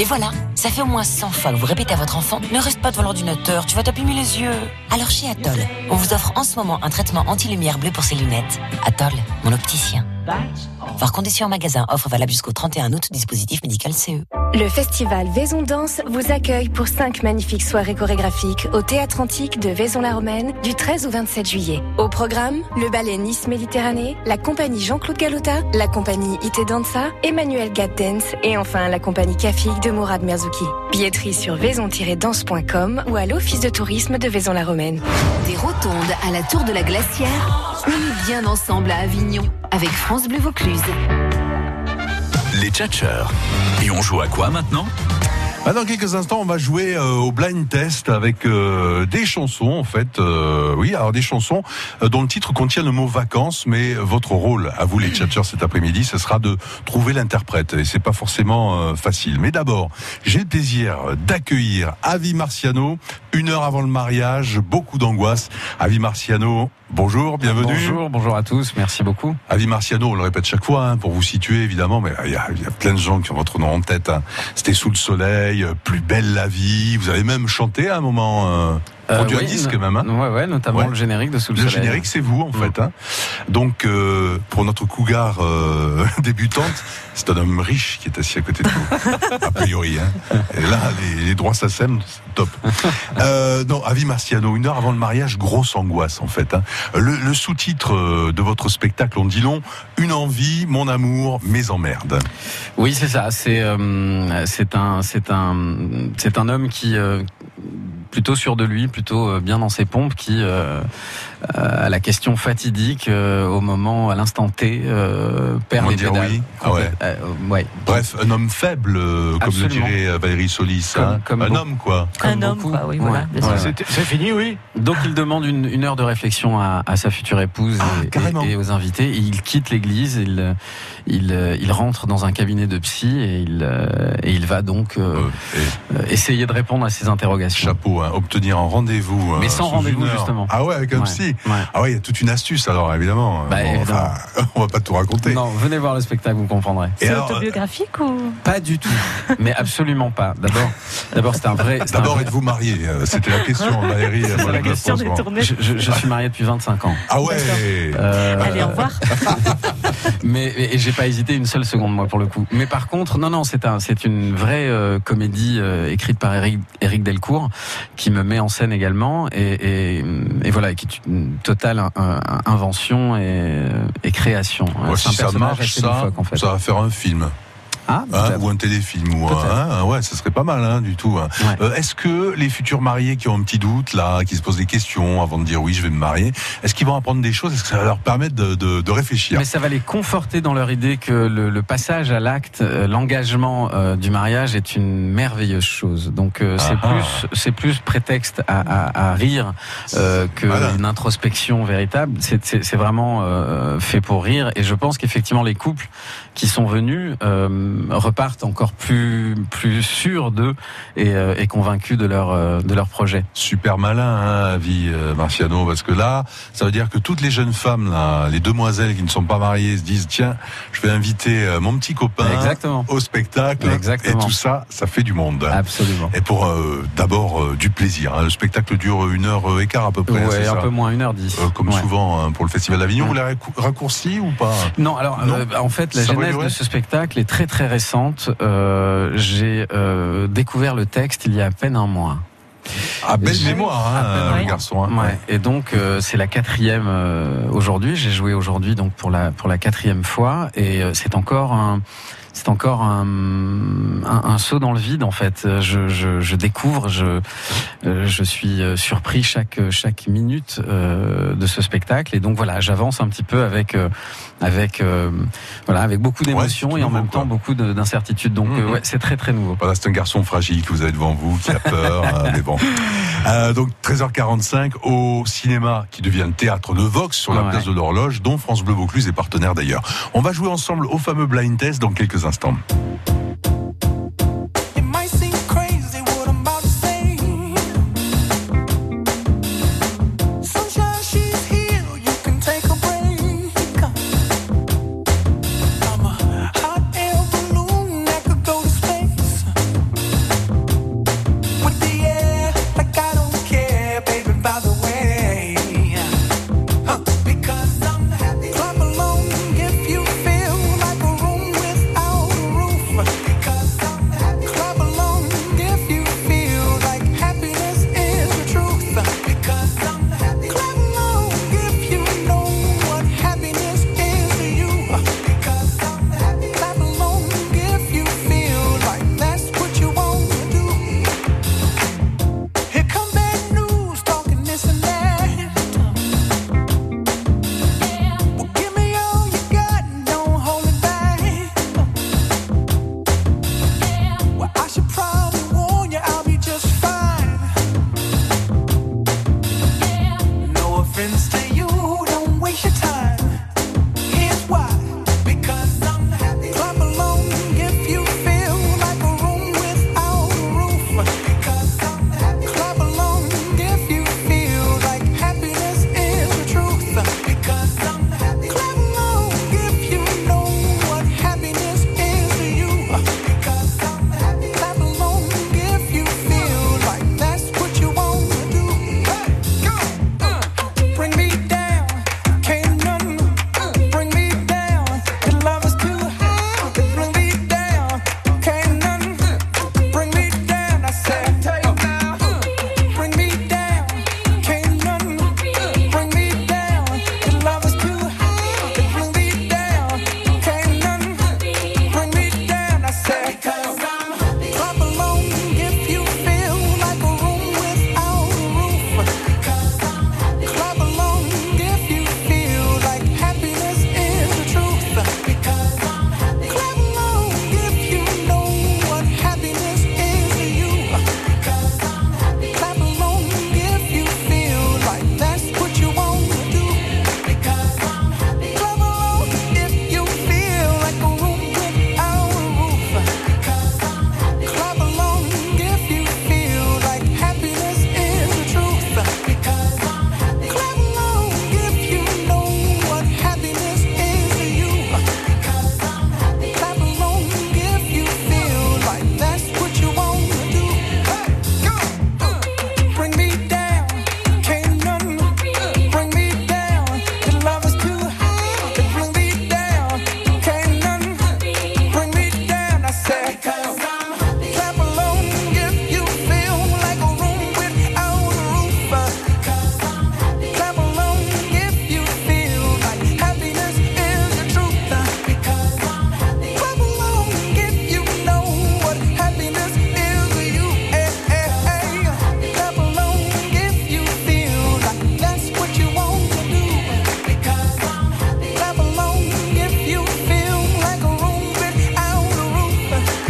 M: Et voilà, ça fait au moins 100 fois que vous répétez à votre enfant Ne reste pas devant l'ordinateur, tu vas t'abîmer les yeux. Alors chez Atoll, on vous offre en ce moment un traitement anti-lumière bleue pour ses lunettes. Atoll, mon opticien. Voir condition en magasin, offre valable jusqu'au 31 août, dispositif médical E. CE.
N: Le festival Vaison Danse vous accueille pour cinq magnifiques soirées chorégraphiques au Théâtre Antique de Vaison-la-Romaine du 13 au 27 juillet. Au programme, le ballet Nice Méditerranée, la compagnie Jean-Claude Galota, la compagnie Ite Danza, Emmanuel Gad Dance et enfin la compagnie Kafik de Mourad Merzouki. Billetterie sur vaison-danse.com ou à l'office de tourisme de Vaison-la-Romaine.
O: Des rotondes à la tour de la glacière, on est bien ensemble à Avignon avec France Bleu Vaucluse.
A: Les tchatcheurs. Et on joue à quoi maintenant
B: Ah, Dans quelques instants, on va jouer euh, au blind test avec euh, des chansons, en fait. euh, oui, alors des chansons euh, dont le titre contient le mot vacances, mais votre rôle, à vous les tchatcheurs cet après-midi, ce sera de trouver l'interprète. Et c'est pas forcément euh, facile. Mais d'abord, j'ai le plaisir d'accueillir Avi Marciano, une heure avant le mariage, beaucoup d'angoisse. Avi Marciano, bonjour, bienvenue.
F: Bonjour, bonjour à tous, merci beaucoup.
B: Avi Marciano, on le répète chaque fois, hein, pour vous situer évidemment, mais il y, a, il y a plein de gens qui ont votre nom en tête. hein. C'était Sous le soleil, euh, Plus belle la vie, vous avez même chanté à un moment, euh,
F: Euh,
B: produit un
F: oui,
B: disque
F: no-
B: même. hein.
F: Ouais, ouais, notamment
B: Ouais.
F: le générique de Sous le,
B: Le
F: soleil. Mm.
B: générique, c'est vous en fait. hein. Donc, euh, pour notre cougar euh, débutante, c'est un homme riche qui est assis à côté de vous, a priori. hein. Et là, les, les droits s'assèment, c'est top. Euh, non, Avi Marciano, une heure avant le mariage, grosse angoisse en fait. hein. Le, le sous-titre euh, de votre spectacle, on dit long, une envie, mon amour, mes emmerdes.
F: Oui, c'est ça. C'est euh, c'est un c'est un c'est un homme qui euh, plutôt sûr de lui, plutôt euh, bien dans ses pompes, qui euh, euh, à la question fatidique euh, au moment, à l'instant T, euh, perd
B: Comment
F: les
B: dire
F: pédales.
B: oui Ah ouais.
F: Euh, ouais.
B: Bref, un homme faible, euh, comme le
F: Absolument.
B: dirait euh, Valérie Solis.
F: Comme-
B: hein.
F: comme
B: un
F: bon-
B: homme quoi.
F: Comme
C: homme,
F: beaucoup.
C: quoi, oui, voilà, bien sûr.
D: C'est- c'est fini, oui.
F: Donc il demande une, une heure de réflexion à, à sa future épouse
B: Ah,
F: et- et, et aux invités. Et il quitte l'église, il, euh, il, euh, il rentre dans un cabinet de psy et il, euh, et il va donc euh, euh, essayer de répondre à ses interrogations.
B: Chapeau, hein, obtenir un rendez-vous.
F: Mais
B: euh,
F: sans
B: sous
F: rendez-vous,
B: une heure.
F: justement.
B: Ah ouais, avec un
F: Ouais,
B: psy. Ah ouais, il y a toute une astuce alors, évidemment.
F: Bah,
B: Bon,
F: évidemment.
B: enfin, on va pas tout raconter.
F: Non, venez voir le spectacle, vous comprendrez.
B: Et
C: C'est
B: alors,
C: autobiographique ou
F: Pas du tout, mais absolument pas. D'abord, d'abord c'est un vrai. c'est un
B: D'abord,
F: vrai-
B: êtes-vous marié Euh, C'était la question, Valérie.
F: C'est
B: euh, moi,
F: la
B: je
F: question
B: pense, bon.
F: détournée. Je, je- je suis marié depuis 25 ans.
B: Ah ouais
F: Euh,
C: Allez, au revoir.
F: mais et j'ai pas hésité une seule seconde moi pour le coup. Mais par contre, non non, c'est un c'est une vraie euh, comédie euh, écrite par Eric, Eric Delcourt qui me met en scène également et, et, et voilà qui est une totale in- in- invention et, et création.
B: Ouais, si ça marche,
F: assez
B: ça,
F: loufoque, en fait.
B: ça va faire un film.
F: Ah,
B: Hein, ou un téléfilm ou un, hein, ouais ça serait pas mal hein, du tout hein. Euh, est-ce que les futurs mariés qui ont un petit doute là qui se posent des questions avant de dire oui je vais me marier est-ce qu'ils vont apprendre des choses est-ce que ça va leur permettre de, de- de réfléchir
F: Mais ça va les conforter dans leur idée que le, le passage à l'acte, euh, l'engagement euh, du mariage est une merveilleuse chose. Donc euh, c'est
B: Ah ah.
F: plus c'est plus prétexte à, à- à rire euh, que
B: Voilà.
F: une introspection véritable. C'est- C'est c'est vraiment euh, fait pour rire. Et je pense qu'effectivement les couples qui sont venus euh, repartent encore plus plus sûrs d'eux et, euh, et convaincus de leur euh, de leur projet.
B: Super malin, hein, Avi euh, Marciano, parce que là, ça veut dire que toutes les jeunes femmes, là, les demoiselles qui ne sont pas mariées, se disent tiens, je vais inviter euh, mon petit copain
F: Exactement.
B: au spectacle,
F: Exactement.
B: et tout ça, ça fait du monde.
F: Absolument.
B: Et pour euh, d'abord euh, du plaisir. hein. Le spectacle dure une heure et quart à peu près. hein,
F: Ouais,
B: c'est
F: un
B: ça
F: peu moins une heure dix.
B: Euh, comme
F: Ouais.
B: souvent hein, pour le Festival d'Avignon, vous l'avez raccour- raccourci ou pas
F: Non, alors
B: Non.
F: euh, bah, en fait, la
B: Ça
F: genèse
B: brûlerait
F: de ce spectacle est très très récente. Euh, J'ai euh, découvert le texte il y a à peine un mois.
B: Ah, belle mémoire, hein,
F: Ah,
B: le
F: ouais.
B: garçon. hein.
F: Ouais. Et donc euh, c'est la quatrième euh, aujourd'hui. J'ai joué aujourd'hui donc pour la pour la quatrième fois et euh, c'est encore un c'est encore un, un, un saut dans le vide en fait. Euh, Je, je, je découvre, je euh, je suis euh, surpris chaque chaque minute euh, de ce spectacle et donc voilà j'avance un petit peu avec euh, avec euh, voilà avec beaucoup d'émotions et en même temps beaucoup de- d'incertitudes. Donc euh, ouais c'est très très nouveau.
B: Mm-hmm. Voilà, c'est un garçon fragile que vous avez devant vous, qui a peur, hein, mais bon. Euh, donc 13h45 au cinéma qui devient le théâtre de Vox sur la place de l'horloge, dont France Bleu Vaucluse est partenaire d'ailleurs. On va jouer ensemble au fameux blind test dans quelques instants.
P: It might seem crazy what I'm about to say. Sunshine, she's here. You can take a break. I'm a hot air balloon that could go to space. With the air, like I don't care, baby. By the way, because I'm happy. Clap along if you feel like a room without a roof. Clap along if you feel like happiness is the truth. Because I'm happy. Clap along if you know what happiness is to you. Because I'm happy. Clap along if you feel like that's what you want to do. Here come bad news talking this and that. Well, give me all you got and don't hold it back. Well, I should probably warn you I'll be just fine. No offense to you, don't waste your time. Here's why. Because I'm happy. Clap along if you feel like a room without a roof. Because I'm happy. Clap along if you feel like happiness is the truth. Because I'm happy. Clap along if you know what happiness is to you. Because I'm happy. Clap along if you feel like that's what you want to do. Hey, go. Uh, Bring me down. Can't nothing bring me down. Your love is too high. Bring me down. Can't nothing bring me down. I said, take now. Bring me down. Can't nothing bring me down. Your love is too high. Bring me down. Can't nothing bring me down. I said, because I'm happy. Clap along if you feel like a room without a roof. Clap along if you feel like happiness is the truth. Because I'm happy. Clap along if you know what happiness is to you. Because I'm happy. Clap along if you feel like that's what you want to do. Because I'm happy. Clap along if you feel like a room without a roof. Because I'm happy. Clap along if you feel like happiness is the truth. Because Clap along if you know what happiness is to you. Clap along if you feel like that's what you want to do. Hey, go. Uh, Bring me down. Can't nothing bring me down. Your love is too high. Bring me down. Can't nothing bring me down. I said, cause I'm happy. Clap along if you feel like a room without a roof. Clap along if you feel like happiness is the truth. Because I'm happy. Clap along if you know what happiness is to you. Eh, eh, eh. Clap along if you feel like that's what you want to do. Because I'm happy. Clap along if you feel like a room without a roof. Because I'm happy.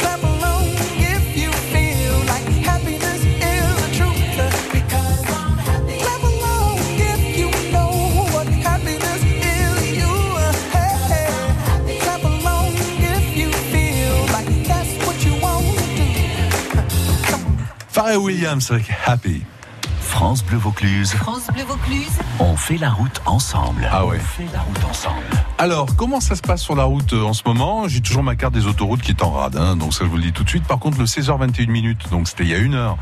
P: Clap along if you feel like happiness is the truth. Because Clap along if you know what happiness is to you. Hey, hey. Clap along if you feel like that's what you want to do.
B: Pharrell Williams avec Happy.
A: France Bleu Vaucluse,
O: France Bleu Vaucluse.
A: on fait la route ensemble.
B: Ah ouais.
A: On fait la route ensemble.
B: Alors, comment ça se passe sur la route euh, en ce moment J'ai toujours ma carte des autoroutes qui est en rade, hein, donc ça je vous le dis tout de suite. Par contre, le 16h21 minutes, donc c'était il y a une heure,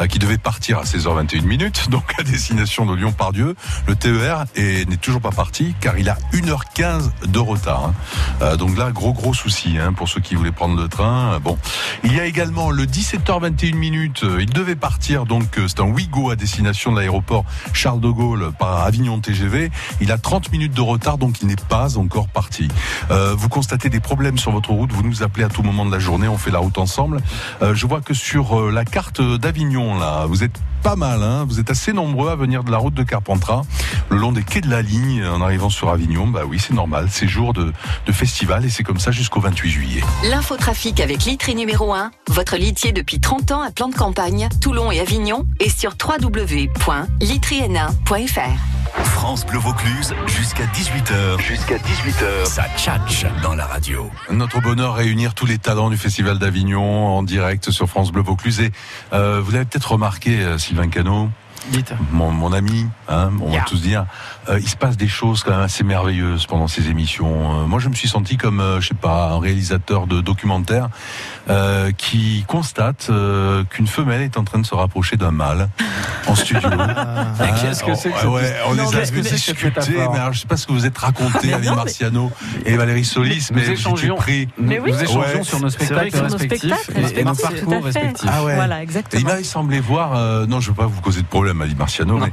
B: euh, qui devait partir à 16h21 minutes, donc à destination de Lyon-Pardieu, le TER est- n'est toujours pas parti car il a 1h15 de retard. hein. Euh, donc là, gros gros souci hein, pour ceux qui voulaient prendre le train. Euh, Bon, il y a également le 17h21 minutes, euh, il devait partir donc euh, c'est un Ouigo à destination de l'aéroport Charles de Gaulle par Avignon TGV. Il a 30 minutes de retard donc il n'est pas encore parti. Euh, vous constatez des problèmes sur votre route, vous nous appelez à tout moment de la journée, on fait la route ensemble. Euh, je vois que sur euh, la carte d'Avignon là, vous êtes pas mal, hein vous êtes assez nombreux à venir de la route de Carpentras, le long des quais de la ligne, en arrivant sur Avignon. Bah oui, c'est normal, c'est jour de, de festival et c'est comme ça jusqu'au 28 juillet.
O: L'infotrafic avec Litry numéro 1, votre litier depuis 30 ans à plan de campagne, Toulon et Avignon, et sur www.litriena.fr.
A: France Bleu Vaucluse, jusqu'à 18h. Jusqu'à 18h. Ça tchatche dans la radio.
B: Notre bonheur réunir tous les talents du Festival d'Avignon en direct sur France Bleu Vaucluse. Et euh, vous l'avez peut-être remarqué, euh, Sylvain Cano. Mon, mon ami, hein, on va tous dire, euh, il se passe des choses quand même assez merveilleuses pendant ces émissions. Euh, moi, je me suis senti comme, euh, je sais pas, un réalisateur de documentaire euh, qui constate euh, qu'une femelle est en train de se rapprocher d'un mâle en studio.
A: Ah.
B: Hein,
F: Qu'est-ce que c'est que
B: on-
F: cette
B: ouais, On
F: histoire
B: les a
F: Qu'est-ce que c'est que cette
B: discutés,
F: métaphore
B: mais alors, je sais pas ce que vous êtes raconté, Ali Marciano et Valérie Solis,
F: Nous
B: mais j'étais
F: échangeons.
B: pris.
F: Mais oui. Nous échangeons
B: Ouais.
F: sur nos spectacles
B: C'est vrai que sur nos
F: respectifs
B: spectacles
F: et- et nos
B: respectifs,
F: parcours
B: tout à fait.
F: respectifs.
B: Ah ouais.
F: Voilà,
B: Et il m'avait semblé voir, euh, non, je veux pas vous causer de problème, Ali Marciano, mais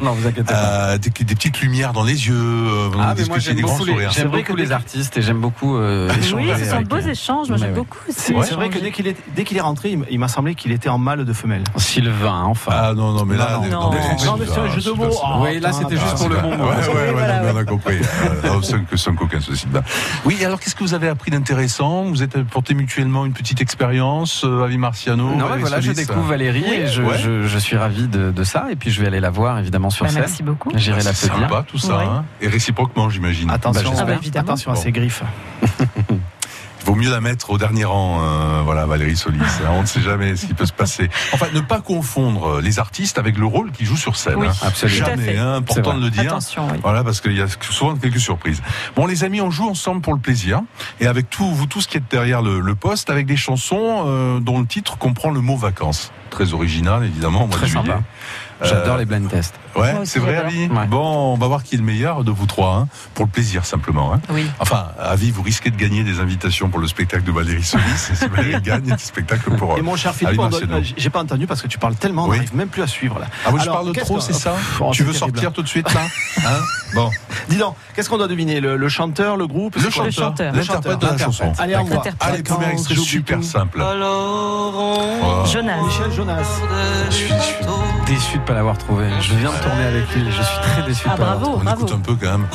B: euh, des, des petites lumières dans les yeux, euh,
F: Ah, mais
B: des,
F: moi, j'aime
B: des grands
F: beaucoup, les,
B: sourires.
F: j'aime beaucoup les artistes et j'aime beaucoup euh,
C: Ah Oui,
F: échanger.
C: ce sont de
F: avec
C: beaux
F: eux.
C: échanges, moi
F: Mais
C: j'aime
F: ouais.
C: beaucoup aussi.
D: C'est c'est vrai que dès qu'il est, dès qu'il est rentré, il m- il m'a semblé qu'il était en mâle de femelle.
F: Sylvain, enfin.
B: Ah non, non, mais là,
D: Non, mais c'est un jeu de mots. Ah,
F: Oh. Oui, là,
D: putain,
F: c'était
D: putain.
F: juste pour le moment.
B: Ouais, ouais, ouais, non, mais on a compris. Euh, non, sans, que- sans qu'aucun souci. Bah, Oui, alors qu'est-ce que vous avez appris d'intéressant Vous êtes porté mutuellement une petite expérience, euh, Ali Marciano
F: Non, ouais,
B: Valérie
F: voilà, je
B: Solis. hein.
F: découvre Valérie et je,
B: Ouais.
F: je- je suis ravi de, de ça. Et puis je vais aller la voir évidemment sur
B: Bah,
F: scène.
B: merci beaucoup.
F: J'irai la
B: C'est
F: faire
B: sympa, tout ça, hein. Et réciproquement, j'imagine.
D: Attention,
C: Ah,
B: Bah, j'espère.
D: attention à
B: Bon.
D: ses griffes.
B: Il vaut mieux la mettre au dernier rang, euh, voilà, Valérie Solis. hein. on ne sait jamais ce qui peut se passer. Enfin, ne pas confondre euh, les artistes avec le rôle qu'ils jouent sur scène.
F: Oui,
B: hein.
F: absolument. Tout à
B: Jamais,
F: fait.
B: hein,
F: C'est
B: important
F: vrai.
B: de le dire.
F: Attention, oui.
B: Voilà, parce qu'il y a souvent quelques surprises. Bon, les amis, on joue ensemble pour le plaisir. Et avec tout, vous tous qui êtes derrière le, le poste, avec des chansons euh, dont le titre comprend le mot vacances. Très original, évidemment, au mois
F: Très
B: de
F: sympa.
B: juillet.
F: J'adore
B: Euh,
F: les blind tests.
B: Ouais,
F: Moi aussi,
B: c'est vrai,
F: j'adore.
B: Avi. Bon, on va voir qui est le meilleur de vous trois, hein, pour le plaisir simplement. Hein.
F: Oui.
B: Enfin, Avi, vous risquez de gagner des invitations pour le spectacle de Valérie Solis. et si Valérie gagne, il y a des spectacles pour.
D: Et mon cher Philippe, on doit- j'ai pas entendu parce que tu parles tellement, on
B: Oui.
D: n'arrive même plus à suivre là.
B: Ah oui, je
D: Alors,
B: parle
D: qu'est-ce
B: trop,
D: qu'on-
B: c'est ça
D: Pff, oh,
B: Tu veux
D: c'est terrible.
B: sortir tout de suite là Hein Bon.
D: Dis donc, qu'est-ce qu'on doit deviner le, le chanteur, le groupe
B: Le
D: c'est quoi
B: chanteur, Le chanteur. l'interprète de la
D: L'interprète.
B: chanson.
D: Allez, on voit.
B: L'interprète. Allez, premier extrait super simple.
F: Wow.
D: Jonas. Michel Jonas.
F: Déçu de pas l'avoir trouvé. Je viens de tourner avec lui. et Je suis très déçu de
B: Ah,
F: pas l'avoir
B: bravo,
F: trouvé.
B: bravo. écoute un peu quand même.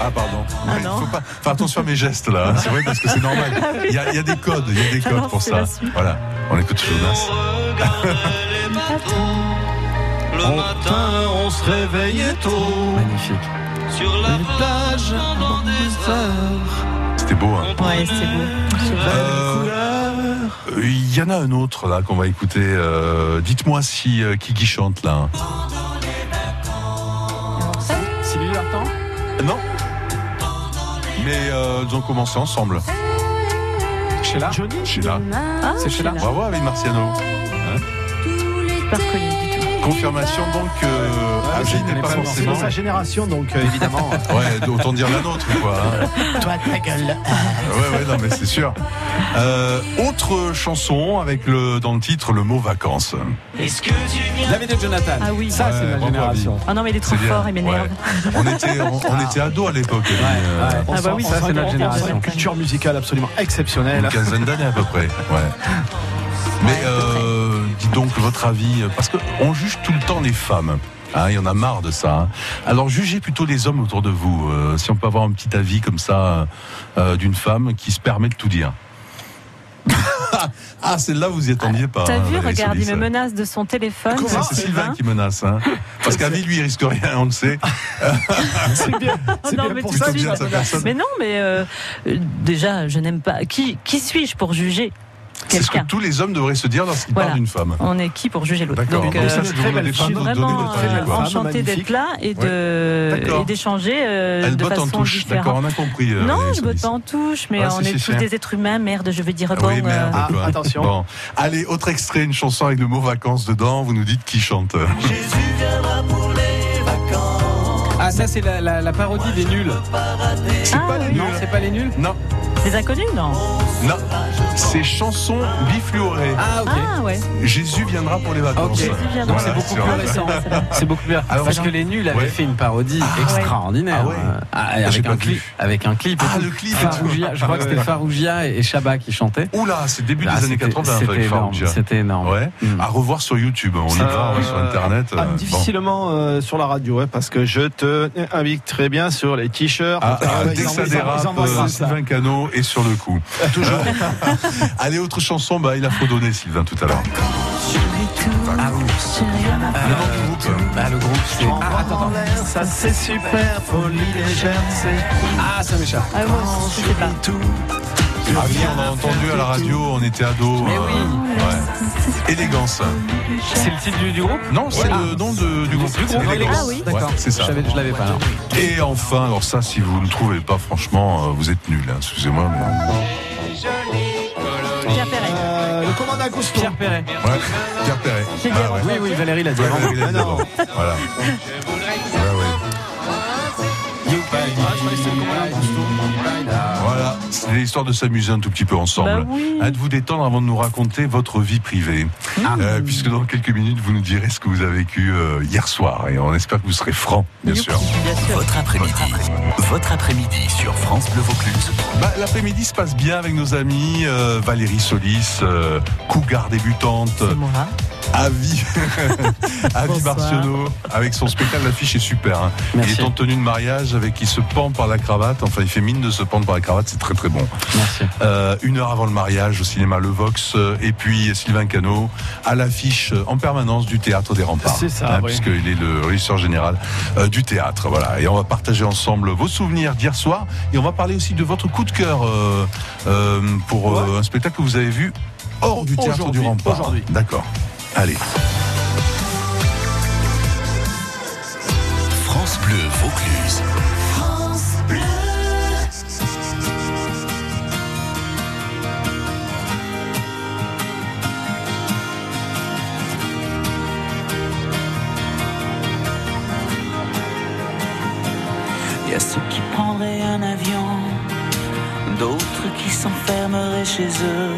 B: Ah pardon. Ouais, faut pas... Faire attention à mes gestes là, hein, c'est vrai parce que c'est normal. Il y, a, il y a des codes, il y a des codes pour ça. Voilà, on écoute Jonas.
P: Le matin, on se réveillait tôt.
F: Magnifique.
P: Sur la plage, avant des heures.
B: C'était beau. Hein.
P: Ouais, c'est beau.
B: Euh, Il y en a un autre là qu'on va écouter. euh, Dites-moi si euh, qui qui chante là.
F: Sylvie Vartan
B: Non. Mais euh, ils ont commencé ensemble.
F: Sheila
B: Sheila.
C: Ah,
B: C'est Sheila.
C: Sheila.
B: Bravo avec Marciano. Hein
C: Pas reconnu du tout.
B: Confirmation donc que Abby n'est pas
D: C'est
B: forcément.
D: dans sa génération, donc euh, évidemment.
B: Ouais, autant dire la nôtre quoi. hein.
D: Toi, ta gueule.
Q: Ah
B: Ouais, ouais, non, mais c'est sûr. Euh, autre chanson avec le, dans le titre le mot vacances.
P: Est-ce que tu viens
F: La vidéo de Jonathan.
C: Ah oui.
F: Ça,
B: Ouais,
F: c'est ma
B: bravo,
F: génération.
B: Abby.
C: Ah non, mais il est trop
B: C'est bien,
C: fort, il m'énerve.
B: On était, on, on était ados à l'époque. Elie, euh,
C: Ah,
D: On
C: bah
D: sent- on sent- on sent Une culture musicale absolument exceptionnelle.
B: Une quinzaine d'années à peu près. Ouais. Mais euh, dites donc votre avis, parce qu'on juge tout le temps les femmes. Hein, il y en a marre de ça. hein. Alors jugez plutôt les hommes autour de vous. euh, si on peut avoir un petit avis comme ça euh, d'une femme qui se permet de tout dire. ah, celle-là, vous y attendiez pas.
C: T'as
B: hein,
C: vu,
B: Valérie
C: regarde, il
B: Solis.
C: me menace de son téléphone.
B: Comment C'est Sylvain qui menace. Hein. Parce qu'Avi, lui, il risque rien, on le sait.
D: C'est bien.
C: Ah non, mais
B: pour
C: tu
B: ça,
C: sais,
B: bien de sa personne.
C: Mais non, mais euh, euh, déjà, je n'aime pas. Qui, qui suis-je pour juger
B: C'est ce que
C: quelqu'un.
B: tous les hommes devraient se dire lorsqu'ils
C: Voilà.
B: parlent d'une femme.
C: On est qui pour juger l'autre
B: D'accord.
C: Donc,
B: Donc
C: euh,
B: ça, c'est une belle
C: je suis
B: femme, donnez-le
C: vraiment
B: à une
C: euh,
B: belle femme,
C: enchantée
B: magnifique.
C: d'être là et de-
B: Ouais. D'accord.
C: et d'échanger euh,
B: Elle
C: de
B: botte en
C: façon
B: touche,
C: différente.
B: d'accord, on a compris. euh,
C: non,
B: Anaïs.
C: je botte pas en touche, mais
B: Ah,
C: on
B: si,
C: est
B: si,
C: tous
B: si.
C: des êtres humains, merde, je veux dire.
B: Ah oui,
C: bon, euh,
B: merde, quoi. Bon. Allez, autre extrait, une chanson avec le mot vacances dedans. Vous nous dites qui chante.
P: Jésus viendra pour les vacances.
F: Ah, ça, c'est la, la- la parodie des nuls. Ah,
B: C'est pas les
F: Non, c'est pas les nuls
B: Non.
C: Les inconnus, non
B: Non, c'est chanson bifluorée.
F: Ah,
C: ouais.
B: Jésus viendra pour les vacances.
F: Ok.
B: Voilà,
F: Donc c'est beaucoup
B: Ah, c'est vrai.
F: plus récent. C'est beaucoup plus récent.
B: Alors,
F: Parce
B: c'est
F: que
B: vrai.
F: les nuls avaient
B: Ouais.
F: fait une parodie extraordinaire.
B: Ah ouais.
F: euh,
B: J'ai
F: avec,
B: pas
F: un clip,
B: vu.
F: avec un clip. et
B: Ah,
F: tout.
B: le clip et
F: Farougia,
B: tout.
F: je crois que c'était
B: Ouais.
F: Farougia et Chabat qui chantaient.
B: Oula, c'est début
F: Là,
B: des années
F: Bah, c'était-
B: 80 avec
F: C'était énorme.
B: Farougia.
F: C'était énorme.
B: Ouais. À revoir sur YouTube. On y
D: Ça,
B: va
D: euh,
B: sur Internet.
D: ah,
B: euh, bon.
D: difficilement euh, sur la radio, ouais, parce que je te invite très bien sur les t-shirts. Euh,
B: Ah, ah,
D: Ils
B: dès que ça
D: envoient- ils envoient- ils
B: dérape,
D: envoient ça.
B: euh, Sylvain Cano est sur le coup. Toujours.
D: Euh,
B: Allez, autre chanson, bah, il a fredonné Sylvain tout à l'heure.
F: Ah oui.
B: Le nom du groupe.
F: Bah, le groupe, c'est. Ah, attends, attends.
D: Ça c'est super, folie légère, c'est.
F: Ah, ça m'échappe.
C: Ah, moi aussi, je sais pas.
B: Ah oui, on a entendu à la radio, on était ados.
F: Mais
B: euh, ouais. Élégance.
F: C'est le titre du, du groupe
B: Non, c'est
F: Ouais.
B: le nom de- du groupe.
F: groupe,
B: Élégance.
F: ah oui.
B: Ouais,
F: D'accord.
B: c'est ça.
F: Je savais- je l'avais pas, non.
B: Et enfin, alors ça, si vous ne trouvez pas, franchement, euh, vous êtes nuls. hein, Excusez-moi. mais-
C: Pierre Perret.
D: euh, le commandant Ah, Cousteau.
F: Pierre Perret.
B: Ouais, Pierre Perret.
F: J'ai dit
B: Ah ouais.
F: Oui, oui, Valérie l'a dit.
B: Ouais, Valérie l'a dit
F: Non.
B: avant. Voilà.
D: Ah,
B: Ouais, ouais. Voilà, c'est l'histoire de s'amuser un tout petit peu ensemble.
C: Bah oui.
B: Hâte de vous détendre avant de nous raconter votre vie privée.
F: Ah.
B: Euh, puisque dans quelques minutes, vous nous direz ce que vous avez vécu euh, hier soir. Et on espère que vous serez franc, bien sûr.
A: Votre après-midi. Votre après-midi sur France Bleu Vaucluse.
B: Bah, L'après-midi se passe bien avec nos amis euh, Valérie Solis, euh, Cougar débutante. euh, Avi, Avi
A: Bonsoir.
B: Marcionneau, avec son spectacle, l'affiche est super. hein.
F: Merci.
B: Il est en tenue de mariage, avec il se pend par la cravate, enfin il fait mine de se pendre par la cravate, c'est très très bon.
F: Merci.
B: Euh, une heure avant le mariage au cinéma Le Vox, euh, et puis Sylvain Cano à l'affiche euh, en permanence du théâtre des remparts. Hein,
D: C'est ça, oui.
B: Puisqu'il est le régisseur général euh, du théâtre. Voilà. Et on va partager ensemble vos souvenirs d'hier soir, et on va parler aussi de votre coup de cœur euh, euh, pour euh, un spectacle que vous avez vu hors du théâtre du
D: Aujourd'hui,
B: rempart.
D: aujourd'hui.
B: D'accord. Allez.
A: France Bleu Vaucluse.
P: France Bleu.
R: Il y a ceux qui prendraient un avion, d'autres qui s'enfermeraient chez eux,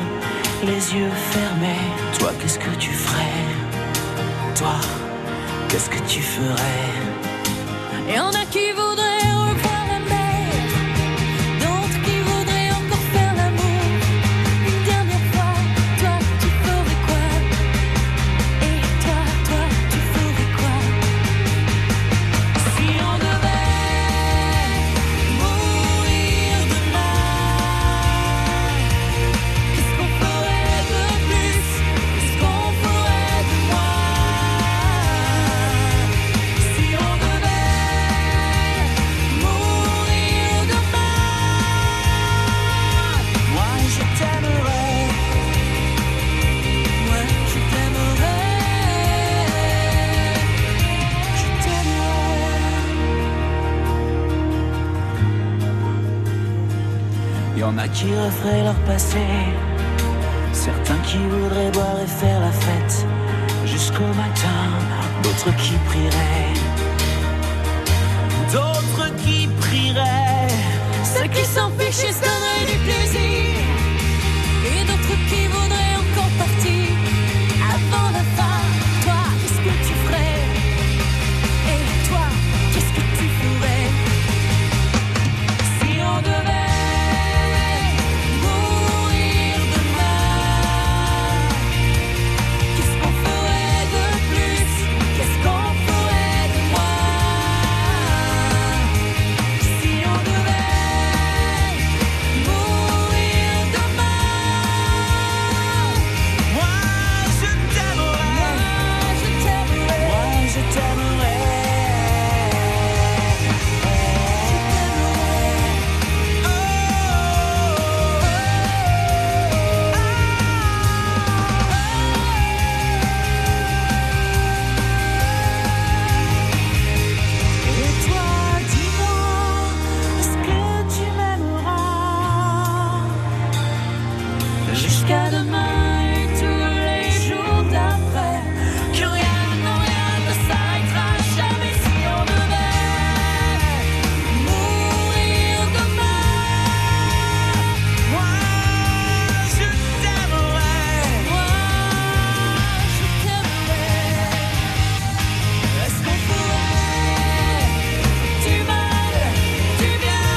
R: les yeux fermés. Toi, qu'est-ce que tu ferais Toi, qu'est-ce que tu ferais
Q: Et on a qui voudraient revoir la mer, d'autres qui voudraient encore faire l'amour. Une dernière fois, toi tu ferais quoi Et toi, toi tu ferais quoi Si on devait mourir demain, qu'est-ce qu'on ferait de plus Qu'est-ce qu'on ferait de moi Si on devait
R: Mourir demain, moi je t'aimerais, moi je t'aimerais, je t'aimerais. Y en a qui referaient leur passé, certains qui voudraient boire et faire la fête jusqu'au matin, d'autres qui prieraient. D'autres qui prieraient.
Q: Ceux qui s'en fichent et se donneraient du plaisir. Et d'autres qui voudraient encore partir. Avant la fin, toi, qu'est-ce que tu ferais Et toi, qu'est-ce que tu ferais
R: Si on devait mourir demain, qu'est-ce qu'on ferait de plus Qu'est-ce qu'on ferait de moi Si on devait mourir
Q: jusqu'à demain et tous les jours d'après. Que rien, non rien ne s'arrêtera jamais si on devait mourir demain. Moi, je t'aimerais. Moi, je t'aimerais. Est-ce qu'on pourrait du mal, du bien?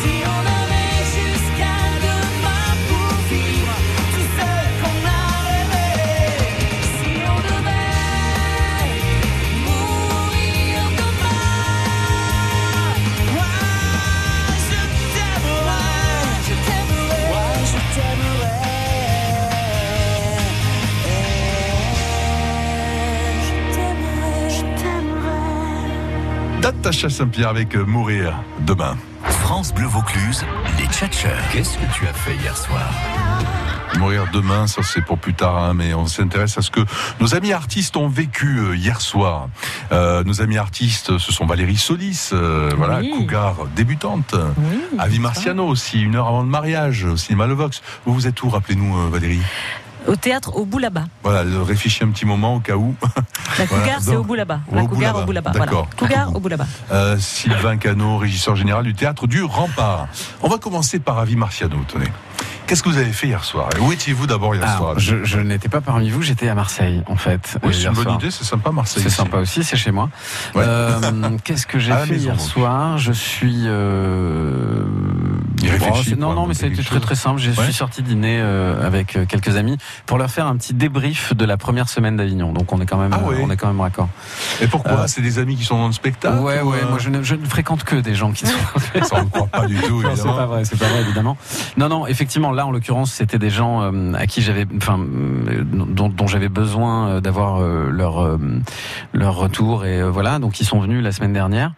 Q: Si on avait jusqu'à demain pour vivre tout ce qu'on a rêvé, si on devait mourir demain, moi je t'aimerais, je t'aimerais, moi je t'aimerais, je t'aimerais,
B: D'Attacha Saint-Pierre avec euh, Mourir demain.
A: France Bleu Vaucluse, les Tchatcheurs. Qu'est-ce que tu as fait hier soir
B: Mourir demain, ça c'est pour plus tard, hein, mais on s'intéresse à ce que nos amis artistes ont vécu euh, hier soir. Euh, nos amis artistes, ce sont Valérie Solis, euh, voilà, Cougar débutante, Avi Marciano aussi, une heure avant le mariage au cinéma Le Vox. Vous vous êtes où, rappelez-nous euh, Valérie
C: Au théâtre, au bout là-bas.
B: Voilà, euh, réfléchis un petit moment au cas où. Voilà,
C: La cougar, c'est
B: donc,
C: au bout là-bas. La
B: au bout
C: cougar,
B: là-bas.
C: au bout là-bas. Voilà.
B: D'accord.
C: Cougar, au bout là-bas.
B: Euh, Sylvain Cano, régisseur général du théâtre du Rempart. On va commencer par Avi Marciano, tenez. Qu'est-ce que vous avez fait hier soir Et Où étiez-vous d'abord hier
F: Alors,
B: soir
F: je je n'étais pas parmi vous, j'étais à Marseille, en fait.
B: Oui,
F: euh,
B: c'est
F: hier
B: une bonne
F: soir.
B: idée, c'est sympa Marseille.
F: C'est
B: ici.
F: sympa aussi, c'est chez moi.
B: Ouais.
F: Euh, Qu'est-ce que j'ai
B: À la
F: fait
B: maison,
F: hier
B: donc.
F: soir Je suis. euh,
B: Il réfléchit,
F: c'est- non,
B: quoi,
F: non, mais
B: donc,
F: ça a été
B: quelque
F: très
B: chose.
F: très simple. Je
B: Ouais.
F: suis sorti dîner euh, avec euh, quelques amis pour leur faire un petit débrief de la première semaine d'Avignon. Donc on est quand même,
B: Ah
F: euh,
B: ouais.
F: on est quand même raccord.
B: Et pourquoi
F: Euh,
B: C'est des amis qui sont dans le spectacle
F: Ouais,
B: ou,
F: ouais.
B: euh,
F: Moi, je ne, je ne fréquente que des gens qui sont.
B: Ça, on ne croit pas du tout,
F: Non,
B: évidemment.
F: c'est pas vrai, c'est pas vrai, évidemment. Non, non, effectivement, là, en l'occurrence, c'était des gens euh, à qui j'avais, enfin, euh, dont, dont j'avais besoin euh, d'avoir euh, leur euh, leur retour et euh, voilà. Donc, ils sont venus la semaine dernière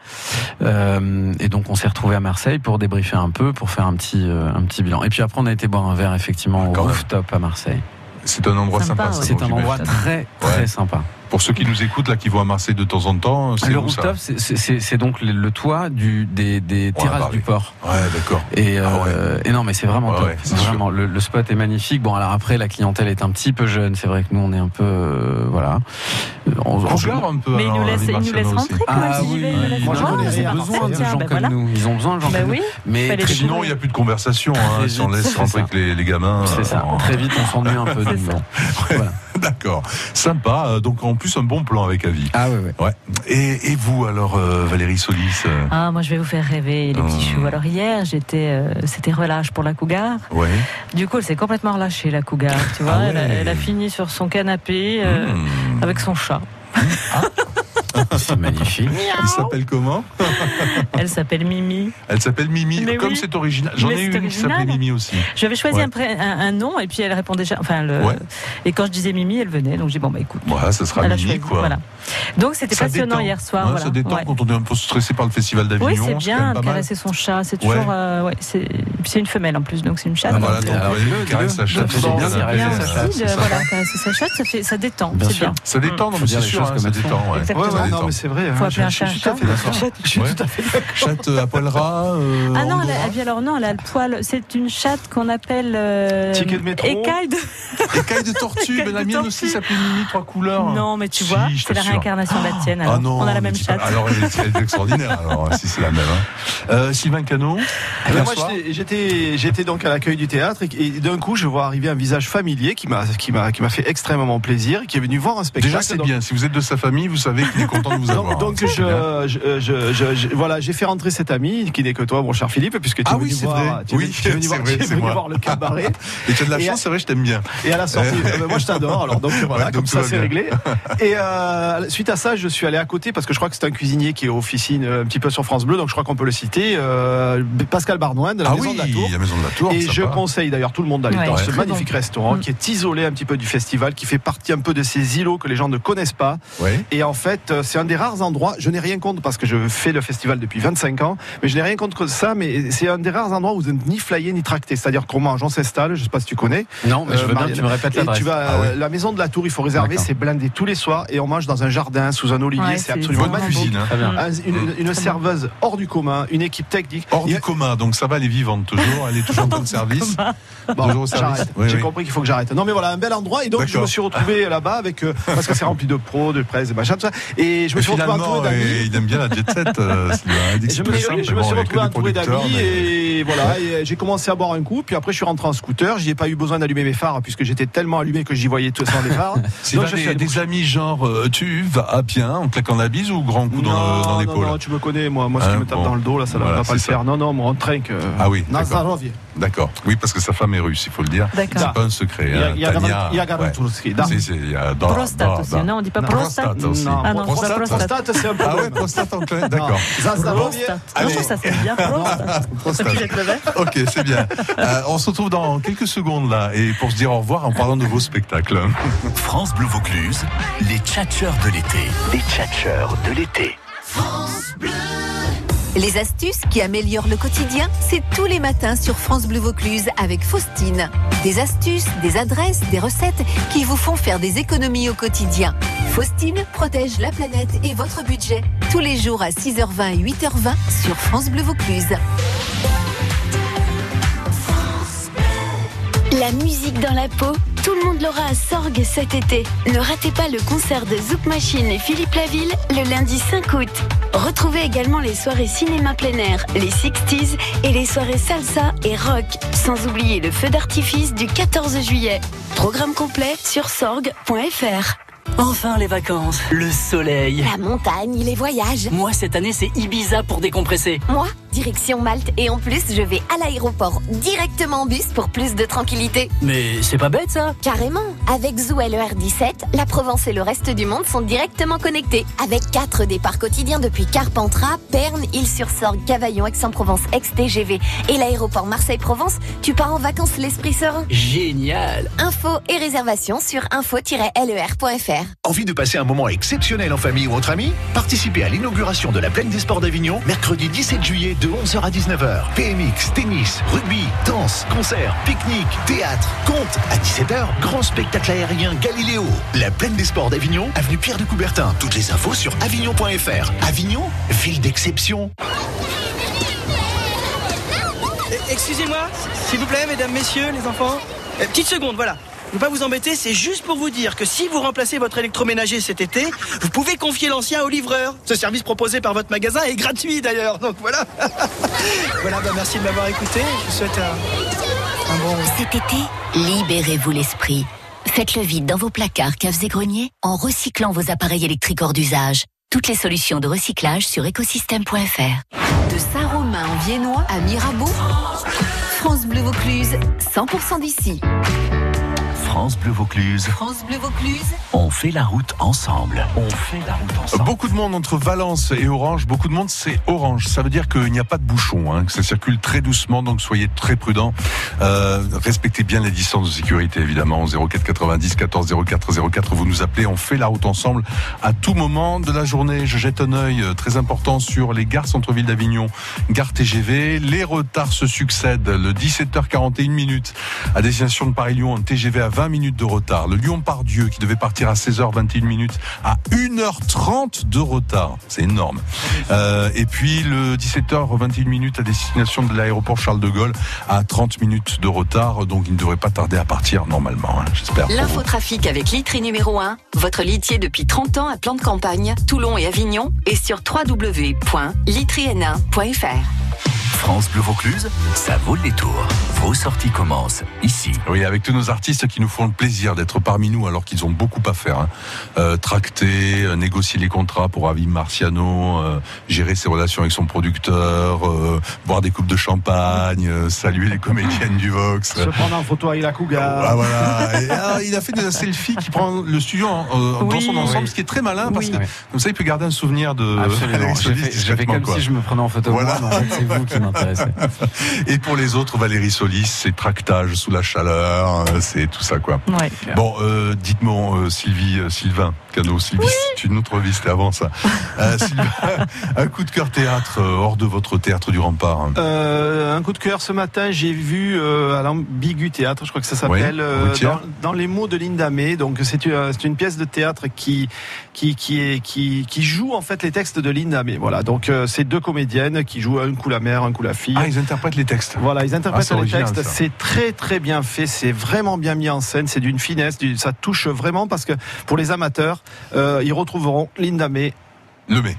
F: Euh, et donc on s'est retrouvé à Marseille pour débriefer un peu, pour faire un petit euh, un petit bilan. Et puis après, on a été boire un verre effectivement au
B: quand même.
F: rooftop à Marseille.
B: C'est un endroit sympa.
F: Sympa,
B: ça,
F: ouais.
B: donc,
F: C'est un endroit
B: j'imagine.
F: très, très
B: Ouais.
F: sympa.
B: Pour ceux qui nous écoutent, là, qui vont à Marseille de temps en temps, c'est
F: Le
B: où, ça
F: rooftop, c'est- c'est c'est- c'est donc le, le toit du des, des
B: On en a
F: terrasses
B: parlé.
F: du port.
B: bah Ouais, d'accord. Ah
F: Et, euh, et non, mais c'est vraiment
B: Ouais,
F: top.
B: ouais, c'est
F: vraiment, le, le spot est magnifique. Bon, alors après, la clientèle est un petit peu jeune. C'est vrai que nous, on est un peu, euh, voilà. Euh, on- on-
B: Regarde un peu, Mais ils alors, nous laissent- Henri ils nous Marciano laissent aussi. rentrer quand même,
F: Ah
B: s'ils
F: oui,
B: veulent, ils nous laissent
F: moi,
B: rentrer.
F: j'en ai-
B: Ah,
F: ils
B: c'est
F: ont
B: pas
F: besoin de
B: parfait,
F: gens
B: ben
F: comme
B: voilà.
F: nous. Ils ont besoin de gens
B: Bah
F: comme
B: oui,
F: nous. Mais très
B: sinon, il n'y a plus de conversation. hein,
F: Très
B: si on
F: vite,
B: laisse
F: c'est
B: rentrer
F: ça.
B: que les, les gamins. euh,
F: C'est ça. Très vite, on s'ennuie un peu. donc bon.
B: D'accord. Sympa. euh, Donc, en plus, un bon plan avec Avi.
F: Ah ouais, ouais.
B: Et, et vous, alors, euh, Valérie Solis euh,
C: Ah, moi, je vais vous faire rêver, les petits choux. Alors, hier, j'étais, euh, c'était relâche pour la cougar.
B: Ouais.
C: Du coup, elle s'est complètement relâchée, la cougar.
B: Ah
C: Tu vois, elle, a, elle a fini sur son canapé euh,
B: Hmm.
C: avec son chat.
F: C'est magnifique.
B: Il s'appelle comment
C: Elle s'appelle Mimi.
B: Elle s'appelle Mimi.
C: Mais
B: Comme
C: oui.
B: c'est original. J'en
C: Mais
B: ai
C: c'est
B: une qui s'appelait
C: original.
B: Mimi aussi.
C: J'avais choisi
B: Ouais.
C: un, pré- un- un nom et puis elle répondait. ja- Enfin, le-
B: Ouais.
C: et quand je disais Mimi, elle venait. Donc j'ai dit, bon bah écoute.
B: Voilà, ça sera
C: elle a
B: Mimi,
C: choisi.
B: quoi.
C: Voilà. Donc c'était
B: Ça
C: passionnant
B: détend,
C: hier soir.
B: hein,
C: voilà.
B: Ça détend
C: Ouais.
B: quand on est un peu stressé par le festival d'Avignon.
C: Oui, c'est
B: quand même
C: bien
B: pas
C: de
B: mal.
C: caresser son chat. C'est toujours.
B: Ouais.
C: euh, ouais, c'est c'est une femelle en plus, donc c'est une chatte.
B: Ah, voilà,
C: Donc,
B: donc,
C: euh,
B: vous voyez, caresse sa chatte,
F: donc,
B: c'est
F: donc,
B: bien
F: c'est
B: d'appeler
F: bien
B: sa
F: aussi
B: chatte,
C: aussi de-
B: c'est ça.
C: voilà, caresser sa chatte, ça, fait, ça détend.
B: Bien
C: c'est
B: sûr.
C: bien.
B: Ça détend, non,
F: Faut
B: mais
F: dire
B: c'est
F: les
B: sûr,
F: choses
B: hein,
F: comme
B: ça
F: elles sont.
B: détend. ouais.
F: Exactement.
B: Ouais, ouais,
F: Faut
B: détend.
F: appeler un chat
D: hein,
C: Faut appeler un
D: je- je suis tout à
C: chat un chat.
D: fait d'accord.
B: Je suis tout à fait d'accord. Chatte euh, à poil rat. euh,
C: Ah non, elle
B: Andorra.
C: a, elle vient- alors non, elle a le poil. C'est une chatte qu'on appelle euh,
B: Ticket de métro.
C: écaille de
B: Écaille de tortue, mais la mienne aussi s'appelle Mimi trois couleurs.
C: Non, mais tu
B: Si,
C: vois,
B: je
C: c'est la
B: t'assure.
C: réincarnation de la tienne.
B: Ah
C: alors.
B: non,
C: on a la
B: mais
C: même
B: dis pas-
C: chatte.
B: Alors, elle est, elle est extraordinaire, alors, si c'est la même. hein. Euh, Sylvain Canon.
D: Alors,
B: hier
D: Ah, Eh ben, moi,
B: soir.
D: j'étais- j'étais, j'étais donc à l'accueil du théâtre et, et d'un coup, je vois arriver un visage familier qui m'a, qui m'a, qui m'a fait extrêmement plaisir, et qui est venu voir un spectacle.
B: Déjà, c'est
D: Donc,
B: bien. Si vous êtes de sa famille, vous savez qu'il est content de vous avoir.
D: Donc
B: hein,
D: je,
B: c'est bien.
D: je- je- je- je- voilà, j'ai fait rentrer cet ami qui n'est que toi, mon cher Philippe, puisque tu es
B: Ah
D: venu
B: oui, c'est
D: voir,
B: vrai.
D: tu es
B: Oui,
D: venu- tu es venu
B: c'est
D: voir-
B: vrai,
D: tu es
B: c'est
D: venu
B: moi.
D: voir le cabaret.
B: Et tu as de la
D: Et à-
B: chance, c'est vrai, je t'aime bien.
D: Et à la sortie,
B: Euh,
D: euh, moi je t'adore, alors donc voilà,
B: Ouais, donc
D: comme
B: tout
D: ça
B: va
D: c'est
B: bien.
D: réglé. Et euh, suite à ça, je suis allé à côté parce que je crois que c'est un cuisinier qui est officine euh, un petit peu sur France Bleu, donc je crois qu'on peut le citer. euh, Pascal Barnoin de la
B: Ah
D: Maison
B: oui,
D: de la Tour.
B: la Maison de la Tour,
D: Et
B: sympa.
D: je conseille d'ailleurs tout le monde d'aller
B: Ouais,
D: dans ce
B: très
D: magnifique
B: bon. Mm.
D: restaurant qui est isolé un petit peu du festival, qui fait partie un peu de ces îlots que les gens ne connaissent pas.
B: Ouais.
D: Et en fait, euh, c'est un des rares endroits, je n'ai rien contre parce que je fais le festival depuis 25 ans, mais je n'ai rien contre ça, mais c'est un des rares endroits où vous n'êtes ni flyé ni tracté. C'est-à-dire qu'on mange en cestal, je ne sais pas si tu connais.
F: Non, mais je veux bien que
D: Marianne.
F: tu me répètes
D: Et
F: l'adresse.
D: tu vas,
F: Ah oui.
D: euh, La maison de la tour, il faut réserver,
F: D'accord.
D: c'est blindé tous les soirs et on mange dans un jardin, sous un olivier,
B: Ouais,
D: c'est
B: c'est
D: absolument
B: vraiment
D: magnifique.
B: beau. Mmh. Très bien.
D: Un- Une, une serveuse hors du commun, une équipe technique.
B: Hors
D: Il y
B: du
D: a-
B: commun, donc ça va, elle est vivante. demande toujours. Elle est toujours en bon service. Toujours au service.
D: j'arrête.
B: Oui,
D: J'ai
B: oui.
D: compris qu'il faut que j'arrête. Non, mais voilà, un bel endroit. Et donc, je
B: D'accord.
D: me suis retrouvé là-bas avec. euh, parce que c'est rempli de pros, de presse, de machin, tout ça. Et je me
B: Et
D: suis retrouvé
B: finalement,
D: entouré d'amis.
B: et il aime bien la jet set. euh, c'est un
D: Et
B: indice
D: Je me
B: plus
D: suis,
B: simple,
D: je me
B: bon,
D: suis
B: il y a que
D: retrouvé
B: des
D: entouré
B: producteurs,
D: d'amis
B: mais-
D: et voilà, et, euh, j'ai commencé à boire un coup, puis après je suis rentré en scooter, j'y ai pas eu besoin d'allumer mes phares puisque j'étais tellement allumé que j'y voyais tout sans les phares.
B: S'il a
D: je
B: des,
D: allé me
B: des amis genre euh, tu vas bien en claquant la bise ou grand coup dans, le- dans
D: non,
B: l'épaule
D: non, tu me connais, moi, moi, ce qui
B: Hein,
D: me tape
B: bon.
D: dans le dos, là, ça ne
B: Voilà,
D: va pas le
B: c'est ça.
D: faire. Non, non, moi, on trinque. euh,
B: Ah oui, d'accord.
D: Nazarovie.
B: D'accord. Oui, parce que sa femme est russe, il faut le dire. C'est
D: D'accord.
B: pas un secret.
D: Il y a-
B: hein,
D: il y a Gavril-
B: Tania,
D: il y a Gavril
B: ouais.
D: Turovsky, da.
B: Si, si, il y a da-
C: Prostate
B: da-
C: aussi,
B: da.
C: Oh, bah. non, on dit pas prostate.
B: aussi.
C: Non, Ah non, prostate, prostate,
D: c'est un
B: Ah ouais, prostate en clair, d'accord.
D: Zazarovie.
C: Non, je trouve ça sonne bien. Prostate.
B: Prostate.
C: Vous êtes le vert
B: Ok, c'est bien. Euh, on se retrouve dans quelques secondes là et pour se dire au revoir en parlant de vos spectacles.
A: France Bleu Vaucluse, les tchatcheurs de l'été. Les tchatcheurs de l'été.
O: Les astuces qui améliorent le quotidien, c'est tous les matins sur France Bleu Vaucluse avec Faustine. Des astuces, des adresses, des recettes qui vous font faire des économies au quotidien. Faustine protège la planète et votre budget tous les jours à 6h20 et 8h20 sur France Bleu Vaucluse.
S: La musique dans la peau, tout le monde l'aura à Sorgue cet été. Ne ratez pas le concert de Zouk Machine et Philippe Laville le lundi 5 août. Retrouvez également les soirées cinéma plein air, les 60s et les soirées salsa et rock, sans oublier le feu d'artifice du 14 juillet. Programme complet sur sorgue.fr.
T: Enfin les vacances, le soleil.
S: La montagne, les voyages.
T: Moi cette année c'est Ibiza pour décompresser.
S: Moi, direction Malte et en plus, je vais à l'aéroport directement en bus pour plus de tranquillité.
T: Mais c'est pas bête ça
S: Carrément Avec Zoo et le R17, la Provence et le reste du monde sont directement connectés. Avec quatre départs quotidiens depuis Carpentras, Perne, Île-sur-Sorgue, Cavaillon, Aix-en-Provence, Aix-TGV et l'aéroport Marseille-Provence, tu pars en vacances l'esprit serein
T: Génial
S: Infos et réservations sur E info-ler.fr.
L: Envie de passer un moment exceptionnel en famille ou entre amis Participez à l'inauguration de la Plaine des Sports d'Avignon, mercredi 17 juillet de 11h à 19h. PMX, tennis, rugby, danse, concert, pique-nique, théâtre, conte. À 17h, grand spectacle aérien Galiléo. La Plaine des Sports d'Avignon, avenue Pierre de Coubertin. Toutes les infos sur avignon.fr. Avignon, ville d'exception.
U: Eh, Excusez-moi, s'il vous plaît, mesdames, messieurs, les enfants. Euh, petite seconde, voilà. Je ne veux pas vous embêter, c'est juste pour vous dire que si vous remplacez votre électroménager cet été, vous pouvez confier l'ancien au livreur. Ce service proposé par votre magasin est gratuit d'ailleurs, donc voilà. voilà, bah, merci de m'avoir écouté. Je vous souhaite un, un bon.
S: Cet été, libérez-vous l'esprit. Faites le vide dans vos placards, caves et greniers en recyclant vos appareils électriques hors d'usage. Toutes les solutions de recyclage sur écosystème.fr.
O: De Saint-Romain en Viennois à Mirabeau, France Bleu Vaucluse, 100% d'ici.
A: France Bleu Vaucluse,
O: France Bleu Vaucluse.
A: on fait la route ensemble. On fait la route ensemble.
B: Beaucoup de monde entre Valence et Orange, beaucoup de monde c'est Orange. Ça veut dire qu'il n'y a pas de bouchon, hein, que ça circule très doucement, donc soyez très prudents. Euh, respectez bien les distances de sécurité, évidemment, au 04 90 14 04 04. Vous nous appelez, on fait la route ensemble à tout moment de la journée. Je jette un œil euh, très important sur les gares centre-ville d'Avignon, gare TGV. Les retards se succèdent. Le 17h41 minutes à destination de Paris-Lyon, un TGV à 20 minutes de retard. Le Lyon-Pardieu qui devait partir à 16h21 minutes à 1h30 de retard. C'est énorme. Euh, et puis le 17h21 minutes à destination de l'aéroport Charles de Gaulle à 30 minutes de retard. Donc il ne devrait pas tarder à partir normalement, hein, j'espère. pour vous.
O: L'infotrafic avec Litry numéro 1, votre litier depuis 30 ans à plan de campagne, Toulon et Avignon, et sur www.litryn1.fr.
A: France Bleu Vaucluse, ça Bah, vaut le détour. Vos sorties commencent ici.
B: Oui, avec tous nos artistes qui nous font le plaisir d'être parmi nous alors qu'ils ont beaucoup à faire. hein. Euh, tracter, euh, négocier les contrats pour Avi Marciano, euh, gérer ses relations avec son producteur, euh, boire des coupes de champagne, euh, saluer les comédiennes du Vox.
D: Se prendre en photo avec la cougar.
B: Ah, voilà. Et, ah, il a fait de la selfie qui prend le studio en- euh, dans son ensemble, ce qui est très malin parce que comme ça il peut garder un souvenir de.
F: Absolument.
B: Alex
F: J'ai
B: Solis
F: fait, j'ai fait
B: discrètement,
F: comme
B: quoi.
F: si je me prenais en photo.
B: Voilà.
F: moi, mais en fait, c'est vous qui m'intéressez.
B: Et pour les autres, Valérie Solis, c'est tractage sous la chaleur, euh, c'est tout ça quoi.
C: Ouais.
B: Bon, euh, dites-moi euh, Sylvie, euh, Sylvain, cadeau, Sylvie. C'est une autre vie, c'était avant ça. Euh, Sylvain, un coup de cœur théâtre euh, hors de votre théâtre du rempart. hein.
D: Euh, un coup de cœur ce matin, j'ai vu euh, à l'ambigu théâtre, je crois que ça s'appelle,
B: Oui,
D: euh,
B: Routière.
D: dans, dans les mots de Linda May. Donc c'est une, c'est une pièce de théâtre qui qui qui est qui qui joue en fait les textes de Linda May. Voilà, donc euh, c'est deux comédiennes qui jouent un coup la mère, un coup la fille.
B: Ah, ils interprètent les textes.
D: Voilà, ils interprètent
B: Ah, c'est
D: les
B: original,
D: textes.
B: ça.
D: C'est très très bien fait. C'est vraiment bien mis en scène. C'est d'une finesse. du- ça touche vraiment parce que pour les amateurs, euh, ils retrouveront Linda May.
B: Lemay.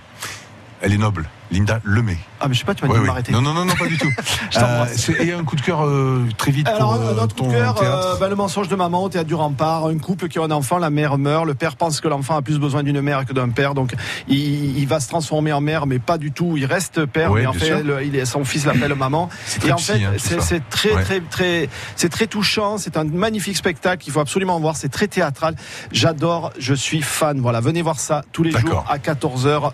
B: Elle est noble. Linda Lemay.
D: Ah, mais je sais pas, tu m'as dit
B: Ouais,
D: de
B: oui.
D: m'arrêter.
B: Non, non, non, non, pas du tout.
D: Je t'embrasse.
B: Euh, c'est- et un coup de cœur euh, très vite
D: Alors,
B: pour
D: un
B: euh,
D: autre coup
B: ton
D: de cœur,
B: théâtre.
D: euh, bah, le mensonge de maman au théâtre du rempart. Un couple qui a un enfant, la mère meurt. Le père pense que l'enfant a plus besoin d'une mère que d'un père. Donc, il, il va se transformer en mère, mais pas du tout. Il reste père,
B: Ouais,
D: mais en
B: bien
D: fait,
B: sûr.
D: le- il est- son fils l'appelle maman.
B: C'est
D: Et
B: très
D: en
B: psy,
D: fait,
B: hein, tout
D: c'est
B: ça.
D: c'est très,
B: Ouais.
D: très, très, c'est très touchant. C'est un magnifique spectacle qu'il faut absolument voir. C'est très théâtral. J'adore. Je suis fan. Voilà. Venez voir ça tous les jours à 14h.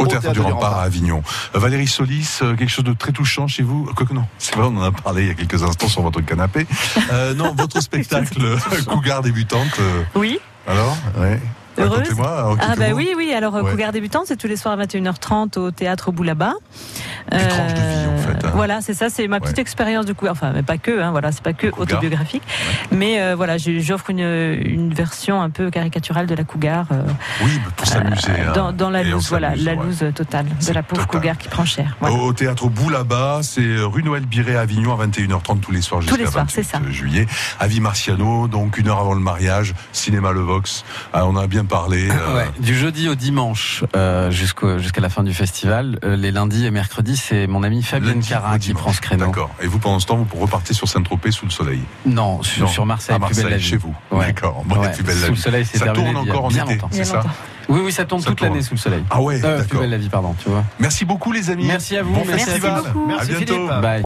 B: Au théâtre du rempart à Avignon. Euh, Valérie Solis, euh, quelque chose de très touchant chez vous Quoique non, c'est vrai, on en a parlé il y a quelques instants sur votre canapé. Euh, non, votre spectacle euh, Cougar débutante. euh,
C: Oui.
B: Alors ouais.
C: Heureuse
B: Racontez-moi. en
C: Ah
B: quelques
C: bah
B: mots.
C: oui, oui. Alors,
B: hein, Ouais.
C: Cougar débutant, c'est tous les soirs à 21h30 au théâtre Boulaba. Euh,
B: tranches de vie, en fait, hein.
C: Voilà, c'est ça, c'est ma petite
B: Ouais.
C: expérience de Cougar. Enfin, mais pas que, hein, voilà, c'est pas que
B: Cougar.
C: autobiographique. Mais euh, voilà, j'ai- j'offre une, une version un peu caricaturale de la Cougar. euh,
B: Oui, mais pour s'amuser. hein.
C: dans, dans la
B: Et on
C: loose, voilà,
B: s'amuse,
C: la
B: ouais.
C: loose totale de la pauvre Cougar qui prend cher.
B: Au théâtre Boulaba, c'est euh, rue Noël Biré à Avignon à 21h30 tous les soirs
C: Tous les
B: jusqu'à
C: soirs, c'est
B: 28
C: ça.
B: juillet. Avis Marciano, donc une heure avant le mariage, cinéma Le Vox. Ah, on en a bien parlé. euh,
F: Ah Ouais, du jeudi au dimanche euh, jusqu'au- jusqu'à la fin du festival, euh, les lundis et mercredis, c'est mon ami Fabienne Cara qui prend ce créneau.
B: D'accord. Et vous, pendant ce temps, vous repartez sur Saint-Tropez sous le soleil
F: Non, sur,
B: Non.
F: sur Marseille,
B: À
F: plus belle la
B: Marseille,
F: vie.
B: chez vous.
F: Ouais.
B: D'accord. Bon,
F: Ouais.
B: plus belle la
F: Sous le
B: vie.
F: soleil, c'est
B: Ça
F: terminé
B: tourne
F: il y a
B: encore en
F: bien
B: été,
F: longtemps.
B: c'est Il y a ça longtemps.
F: Oui, oui, ça tourne toute l'année sous le soleil.
B: Ah ouais,
F: Plus
B: d'accord.
F: belle la vie, pardon, tu vois.
B: Merci beaucoup, les amis.
F: Merci à vous.
B: Bon
F: merci
B: festival.
F: Philippe.
B: À bientôt.
F: Bye.